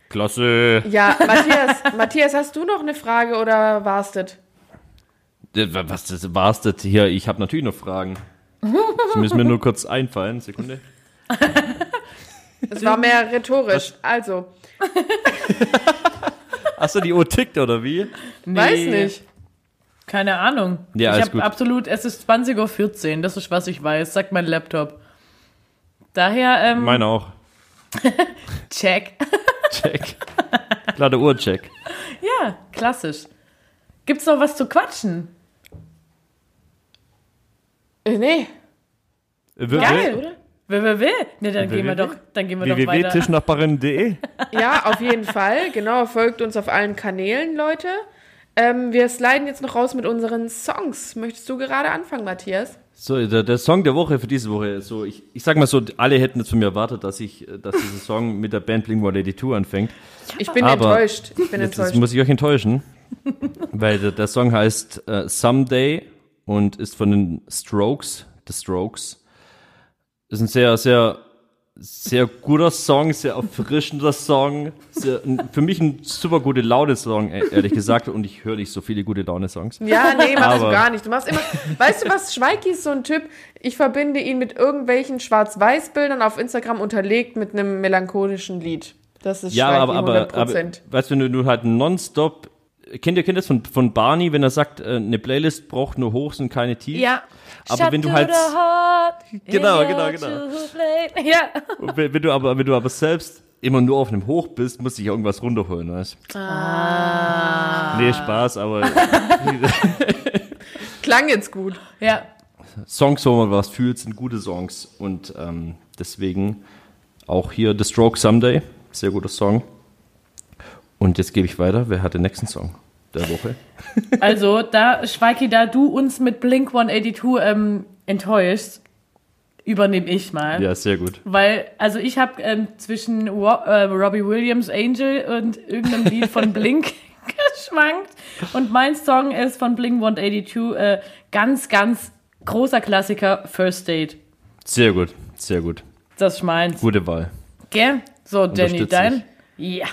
Speaker 4: Klasse.
Speaker 3: Ja,
Speaker 1: *laughs*
Speaker 3: Matthias, Matthias, hast du noch eine Frage oder warst das?
Speaker 4: Äh, wa- Was das war's das hier? Ich habe natürlich noch Fragen. Sie müssen mir nur kurz einfallen. Sekunde.
Speaker 3: Es war mehr rhetorisch. Also,
Speaker 4: Achso, die Uhr tickt oder wie?
Speaker 1: Nee,
Speaker 3: weiß nicht.
Speaker 1: Keine Ahnung. ich
Speaker 4: Ja, alles
Speaker 1: habe
Speaker 4: gut.
Speaker 1: absolut, es ist 20.14 Uhr, das ist, was ich weiß, sagt mein Laptop. Daher, ähm,
Speaker 4: Meine auch.
Speaker 1: check.
Speaker 4: Check. Glatte Uhr, check.
Speaker 1: Ja, klassisch. Gibt's noch was zu quatschen?
Speaker 3: Äh, Nee.
Speaker 4: Äh,
Speaker 1: Geil,
Speaker 4: www-
Speaker 1: oder? Wer, wer will? Ne, dann gehen wir
Speaker 4: www?
Speaker 1: doch, dann gehen wir doch weiter.
Speaker 4: www.tischnachbarin.de
Speaker 3: Ja, auf jeden Fall. Genau, folgt uns auf allen Kanälen, Leute. Ähm, wir sliden jetzt noch raus mit unseren Songs. Möchtest du gerade anfangen, Matthias?
Speaker 4: So, äh, der, der Song der Woche für diese Woche. So, ich, ich sag mal so, alle hätten jetzt von mir erwartet, dass ich, äh, dass dieser Song mit der Band Blink 182 anfängt.
Speaker 3: Ich bin
Speaker 4: Aber
Speaker 3: enttäuscht. Ich bin
Speaker 4: Jetzt, jetzt
Speaker 3: enttäuscht.
Speaker 4: muss ich euch enttäuschen, weil der, der Song heißt äh, Someday und ist von den Strokes, The Strokes. Ist ein sehr, sehr, sehr guter Song, sehr erfrischender Song. Sehr, ein- für mich ein super gute Laune-Song, e- ehrlich gesagt. Und ich höre nicht so viele gute Laune-Songs.
Speaker 3: Ja, nee, machst du
Speaker 4: Aber-
Speaker 3: gar nicht. Du machst immer, weißt du was, Schweiki ist so ein Typ, ich verbinde ihn mit irgendwelchen Schwarz-Weiß-Bildern auf Instagram unterlegt mit einem melancholischen Lied. Das ist
Speaker 4: Ja,
Speaker 3: Schweiki
Speaker 4: aber, aber,
Speaker 3: 100%.
Speaker 4: aber weißt du, wenn du halt nonstop. Kennt ihr, kennt ihr das von, von Barney, wenn er sagt, äh, eine Playlist braucht nur Hochs und keine Tiefs?
Speaker 1: ja.
Speaker 4: Aber wenn du halt-
Speaker 1: to the heart,
Speaker 4: Genau,
Speaker 1: in
Speaker 4: genau,
Speaker 1: your
Speaker 4: genau.
Speaker 1: true flame. Ja.
Speaker 4: Und Wenn, wenn, du aber, wenn du aber selbst immer nur auf einem Hoch bist, musst du dich ja irgendwas runterholen, weißt du? Ah. Nee, Spaß, aber
Speaker 3: Klang jetzt gut.
Speaker 1: Ja,
Speaker 4: Songs, wo man was fühlt, sind gute Songs. Und ähm, deswegen auch hier The Stroke Someday, sehr guter Song. Und jetzt gebe ich weiter. Wer hat den nächsten Song der Woche?
Speaker 1: Also, da, Schweiki, da du uns mit Blink 182 ähm, enttäuschst, übernehme ich mal.
Speaker 4: Ja, sehr gut.
Speaker 1: Weil, also ich habe ähm, zwischen Ro äh, Robbie Williams Angel und irgendeinem Lied
Speaker 4: *laughs*
Speaker 1: von Blink geschwankt. Und mein Song ist von Blink 182 äh, ganz, ganz großer Klassiker First Date.
Speaker 4: Sehr gut, sehr gut.
Speaker 1: Das ist meins.
Speaker 4: Gute Wahl.
Speaker 1: Gell? So, Jenny,
Speaker 4: Unterstütze
Speaker 1: dein? Ja.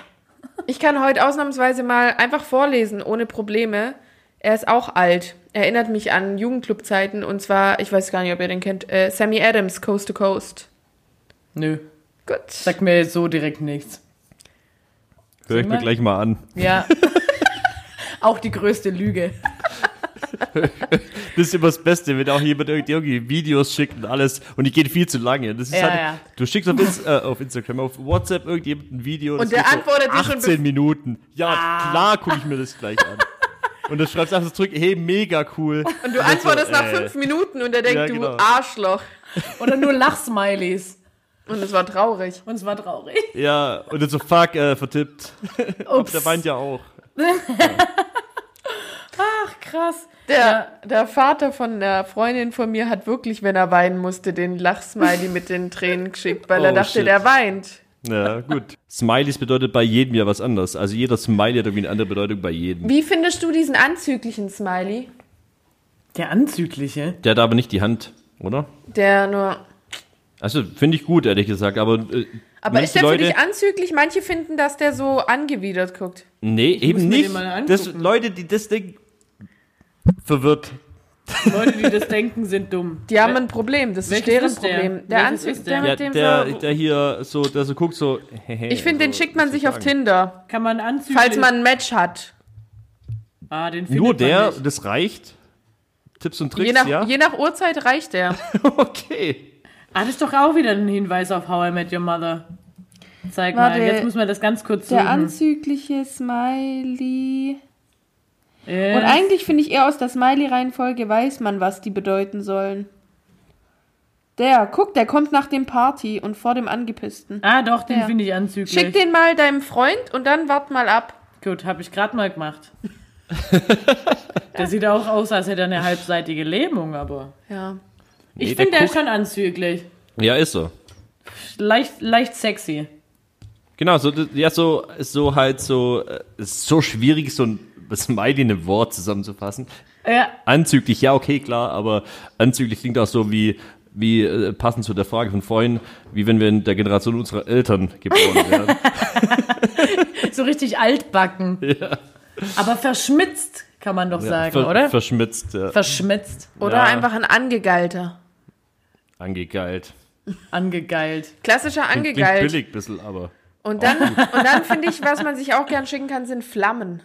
Speaker 3: Ich kann heute ausnahmsweise mal einfach vorlesen, ohne Probleme. Er ist auch alt. Erinnert mich an Jugendclubzeiten und zwar, ich weiß gar nicht, ob ihr den kennt, äh, Sammy Adams, Coast to Coast.
Speaker 1: Nö,
Speaker 3: Gut.
Speaker 1: sagt mir jetzt so direkt nichts.
Speaker 4: Hör ich mir
Speaker 1: mal.
Speaker 4: gleich mal an. *laughs*
Speaker 1: Ja. Auch die größte Lüge.
Speaker 4: Das ist immer das Beste, wenn auch jemand irgend- irgendwie Videos schickt und alles und die gehen viel zu lange. Das ist
Speaker 1: Ja,
Speaker 4: halt,
Speaker 1: ja.
Speaker 4: Du schickst auf, Inst- äh, auf Instagram, auf WhatsApp irgendjemand ein Video das
Speaker 3: Und Ah. der
Speaker 4: geht so
Speaker 3: antwortet dir schon
Speaker 4: 18 Minuten. Ja, klar gucke ich mir das gleich an. Und du schreibst einfach so zurück, hey, mega cool.
Speaker 3: Und du antwortest nach
Speaker 4: äh,
Speaker 3: fünf Minuten und er denkt,
Speaker 4: ja, genau.
Speaker 3: du Arschloch.
Speaker 1: Oder nur Lachsmileys.
Speaker 3: Und es war traurig.
Speaker 1: Und es war traurig.
Speaker 4: Ja, und dann so, fuck, äh, vertippt.
Speaker 1: Ups.
Speaker 4: Der weint ja auch.
Speaker 1: Krass.
Speaker 3: Der, der Vater von einer Freundin von mir hat wirklich, wenn er weinen musste, den Lachsmiley mit den Tränen geschickt, weil er
Speaker 4: Oh,
Speaker 3: dachte,
Speaker 4: shit.
Speaker 3: der weint.
Speaker 4: Ja, gut. Smileys bedeutet bei jedem ja was anderes. Also jeder Smiley hat irgendwie eine andere Bedeutung bei jedem.
Speaker 3: Wie findest du diesen anzüglichen Smiley,
Speaker 1: Der anzügliche.
Speaker 4: Der hat aber nicht die Hand, oder?
Speaker 3: der nur...
Speaker 4: Also finde ich gut, ehrlich gesagt, aber äh,
Speaker 3: Aber
Speaker 4: manche
Speaker 3: ist der für
Speaker 4: Leute,
Speaker 3: dich anzüglich? Manche finden, dass der so angewidert guckt.
Speaker 4: Nee, eben
Speaker 1: mir den
Speaker 4: nicht.
Speaker 1: mal angucken.
Speaker 4: Das, Leute, die das Ding verwirrt.
Speaker 1: Leute, die das denken, sind dumm.
Speaker 3: Die haben ein Problem, das ist
Speaker 1: Welches
Speaker 3: deren
Speaker 1: ist der?
Speaker 3: Problem. Der
Speaker 1: Welches
Speaker 3: Anzug,
Speaker 1: ist der?
Speaker 3: der
Speaker 4: Ja,
Speaker 3: mit Ah, dem
Speaker 4: der,
Speaker 3: so...
Speaker 4: der hier so, der so guckt so. hehe,
Speaker 3: Ich finde, den
Speaker 4: so,
Speaker 3: schickt man
Speaker 4: was
Speaker 3: sich
Speaker 4: soll
Speaker 3: auf
Speaker 4: ich sagen.
Speaker 3: Tinder,
Speaker 1: Kann man anzüglich...
Speaker 3: falls man ein Match hat.
Speaker 1: Ah, den findet
Speaker 4: Nur
Speaker 1: man
Speaker 4: der,
Speaker 1: nicht.
Speaker 4: das reicht. Tipps und Tricks,
Speaker 3: Je nach,
Speaker 4: ja.
Speaker 3: je nach Uhrzeit reicht der.
Speaker 4: *laughs* okay.
Speaker 1: Ah, das ist doch auch wieder ein Hinweis auf How I Met Your Mother. Zeig
Speaker 3: Warte.
Speaker 1: mal, jetzt muss man das ganz kurz
Speaker 4: Mhm.
Speaker 6: Der
Speaker 1: suchen.
Speaker 6: anzügliche Smiley.
Speaker 1: Äh,
Speaker 6: Und eigentlich finde ich eher aus der Smiley-Reihenfolge weiß man, was die bedeuten sollen. Der, guck, der kommt nach dem Party und vor dem Angepissten.
Speaker 1: ah, doch, den
Speaker 3: Ja.
Speaker 1: finde ich anzüglich.
Speaker 3: Schick den mal deinem Freund und dann wart mal ab.
Speaker 1: Gut, habe ich gerade mal
Speaker 4: *laughs*
Speaker 1: gemacht. der sieht auch aus, als hätte er eine halbseitige Lähmung, aber...
Speaker 3: Ja.
Speaker 1: Ich
Speaker 4: Nee, der
Speaker 1: finde, der ist
Speaker 4: guckt-
Speaker 1: schon anzüglich.
Speaker 4: Ja, ist so.
Speaker 1: Leicht, leicht sexy.
Speaker 4: Genau, so, ja, so, so halt so, äh, es ist so schwierig, so ein Smiley in einem Wort zusammenzufassen.
Speaker 5: Ja.
Speaker 4: Anzüglich, ja, okay, klar, aber anzüglich klingt auch so wie, wie äh, passend zu der Frage von vorhin, wie wenn wir in der Generation unserer Eltern
Speaker 3: *laughs*
Speaker 4: geboren wären.
Speaker 1: So richtig altbacken. Aber verschmitzt, kann man doch sagen,
Speaker 4: Ver-
Speaker 1: oder?
Speaker 4: Verschmitzt, ja.
Speaker 1: verschmitzt,
Speaker 3: Oder
Speaker 4: Ja.
Speaker 3: einfach ein Angegeilter.
Speaker 4: angegeilt.
Speaker 1: angegeilt.
Speaker 3: Klassischer
Speaker 4: Klingt
Speaker 3: Angegeilt.
Speaker 4: billig Oh. ein bisschen, aber.
Speaker 3: Und dann, *laughs* und dann finde ich, was man sich auch gern schicken kann, sind Flammen.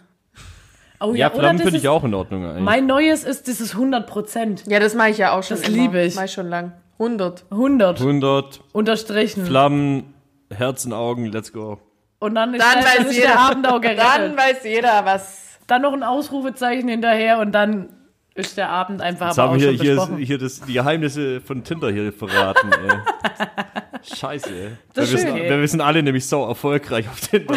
Speaker 1: Oh
Speaker 4: Ja,
Speaker 1: oder
Speaker 4: Flammen
Speaker 1: das
Speaker 4: finde
Speaker 1: ist-
Speaker 4: ich auch in Ordnung eigentlich.
Speaker 1: Mein neues ist dieses 100 Prozent.
Speaker 3: Ja, das mache ich ja auch schon.
Speaker 1: Das
Speaker 3: immer.
Speaker 1: liebe ich.
Speaker 3: Mach ich schon lang. 100.
Speaker 1: 100
Speaker 4: 100
Speaker 1: unterstrichen.
Speaker 4: Flammen, Herzen, Augen, let's go.
Speaker 1: und dann ist, dann
Speaker 3: Dann weiß
Speaker 1: ist
Speaker 3: jeder.
Speaker 1: der Abend
Speaker 3: *laughs*
Speaker 1: auch gerettet. Dann,
Speaker 3: Dann weiß jeder was.
Speaker 1: noch ein Ausrufezeichen hinterher und dann ist der Abend einfach
Speaker 4: Jetzt
Speaker 1: aber auch
Speaker 4: haben wir
Speaker 1: schon
Speaker 4: hier,
Speaker 1: besprochen.
Speaker 4: hier, hier das, die Geheimnisse von Tinder hier verraten, ey.
Speaker 1: *laughs*
Speaker 4: Scheiße, ey.
Speaker 1: Das
Speaker 4: wir,
Speaker 1: ist
Speaker 4: wissen,
Speaker 1: schön, ey.
Speaker 4: wir sind alle nämlich so erfolgreich
Speaker 1: *laughs*
Speaker 4: auf Tinder.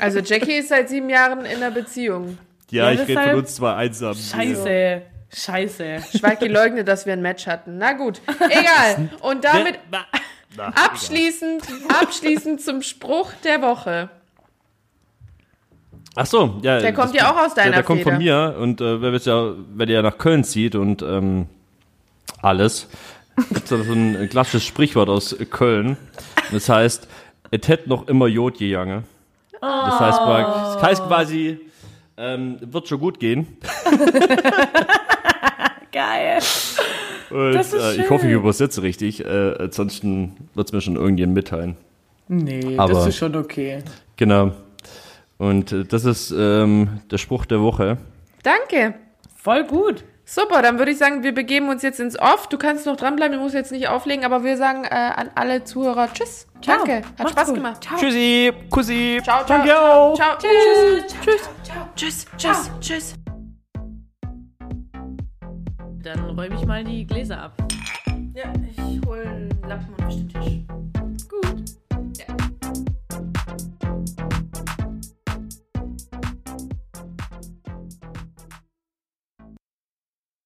Speaker 3: Also Jackie ist seit sieben Jahren in einer Beziehung.
Speaker 4: Ja,
Speaker 1: Ja,
Speaker 4: ich rede
Speaker 1: deshalb-
Speaker 4: von uns zwei einsam.
Speaker 1: Scheiße. Scheiße.
Speaker 3: *laughs* Schweigi leugnet, dass wir ein Match hatten. Na gut, egal. Und damit *laughs* abschließend, abschließend zum Spruch der Woche.
Speaker 4: Ach so, ja.
Speaker 3: Der kommt
Speaker 4: das-
Speaker 3: ja auch aus deiner
Speaker 4: Der, der kommt von
Speaker 3: Feder.
Speaker 4: mir und äh, wenn, wir jetzt ja, wenn ihr ja nach Köln zieht und ähm, alles, gibt's da so ein klassisches Sprichwort aus Köln. Das heißt, et het noch immer Jod je jange. Das heißt, pra- das heißt quasi, ähm, wird schon gut gehen.
Speaker 5: Geil.
Speaker 4: Und,
Speaker 5: Das ist
Speaker 4: äh, ich
Speaker 5: schön.
Speaker 4: hoffe, ich übersetze richtig. Äh, ansonsten wird's mir schon irgendjemand mitteilen.
Speaker 1: Nee, das
Speaker 4: Aber-
Speaker 1: ist schon okay.
Speaker 4: Genau. Und äh, das ist ähm, der Spruch der Woche.
Speaker 3: Danke.
Speaker 1: Voll gut.
Speaker 3: Super, dann würde ich sagen, wir begeben uns jetzt ins Off. Du kannst noch dranbleiben, du musst jetzt nicht auflegen, aber wir sagen äh, an alle Zuhörer Tschüss.
Speaker 1: Ciao.
Speaker 3: Danke, hat
Speaker 1: Macht's
Speaker 3: Spaß
Speaker 1: gut.
Speaker 3: gemacht. Ciao.
Speaker 4: Tschüssi, Kussi.
Speaker 3: Ciao, ciao,
Speaker 4: Danke
Speaker 3: ciao,
Speaker 4: auch.
Speaker 3: ciao. Tschüss. Tschüss. Tschüss. Tschüss. Tschüss.
Speaker 1: Dann räume ich mal die Gläser ab.
Speaker 6: Ja, ich hole einen Lappen und den Tisch.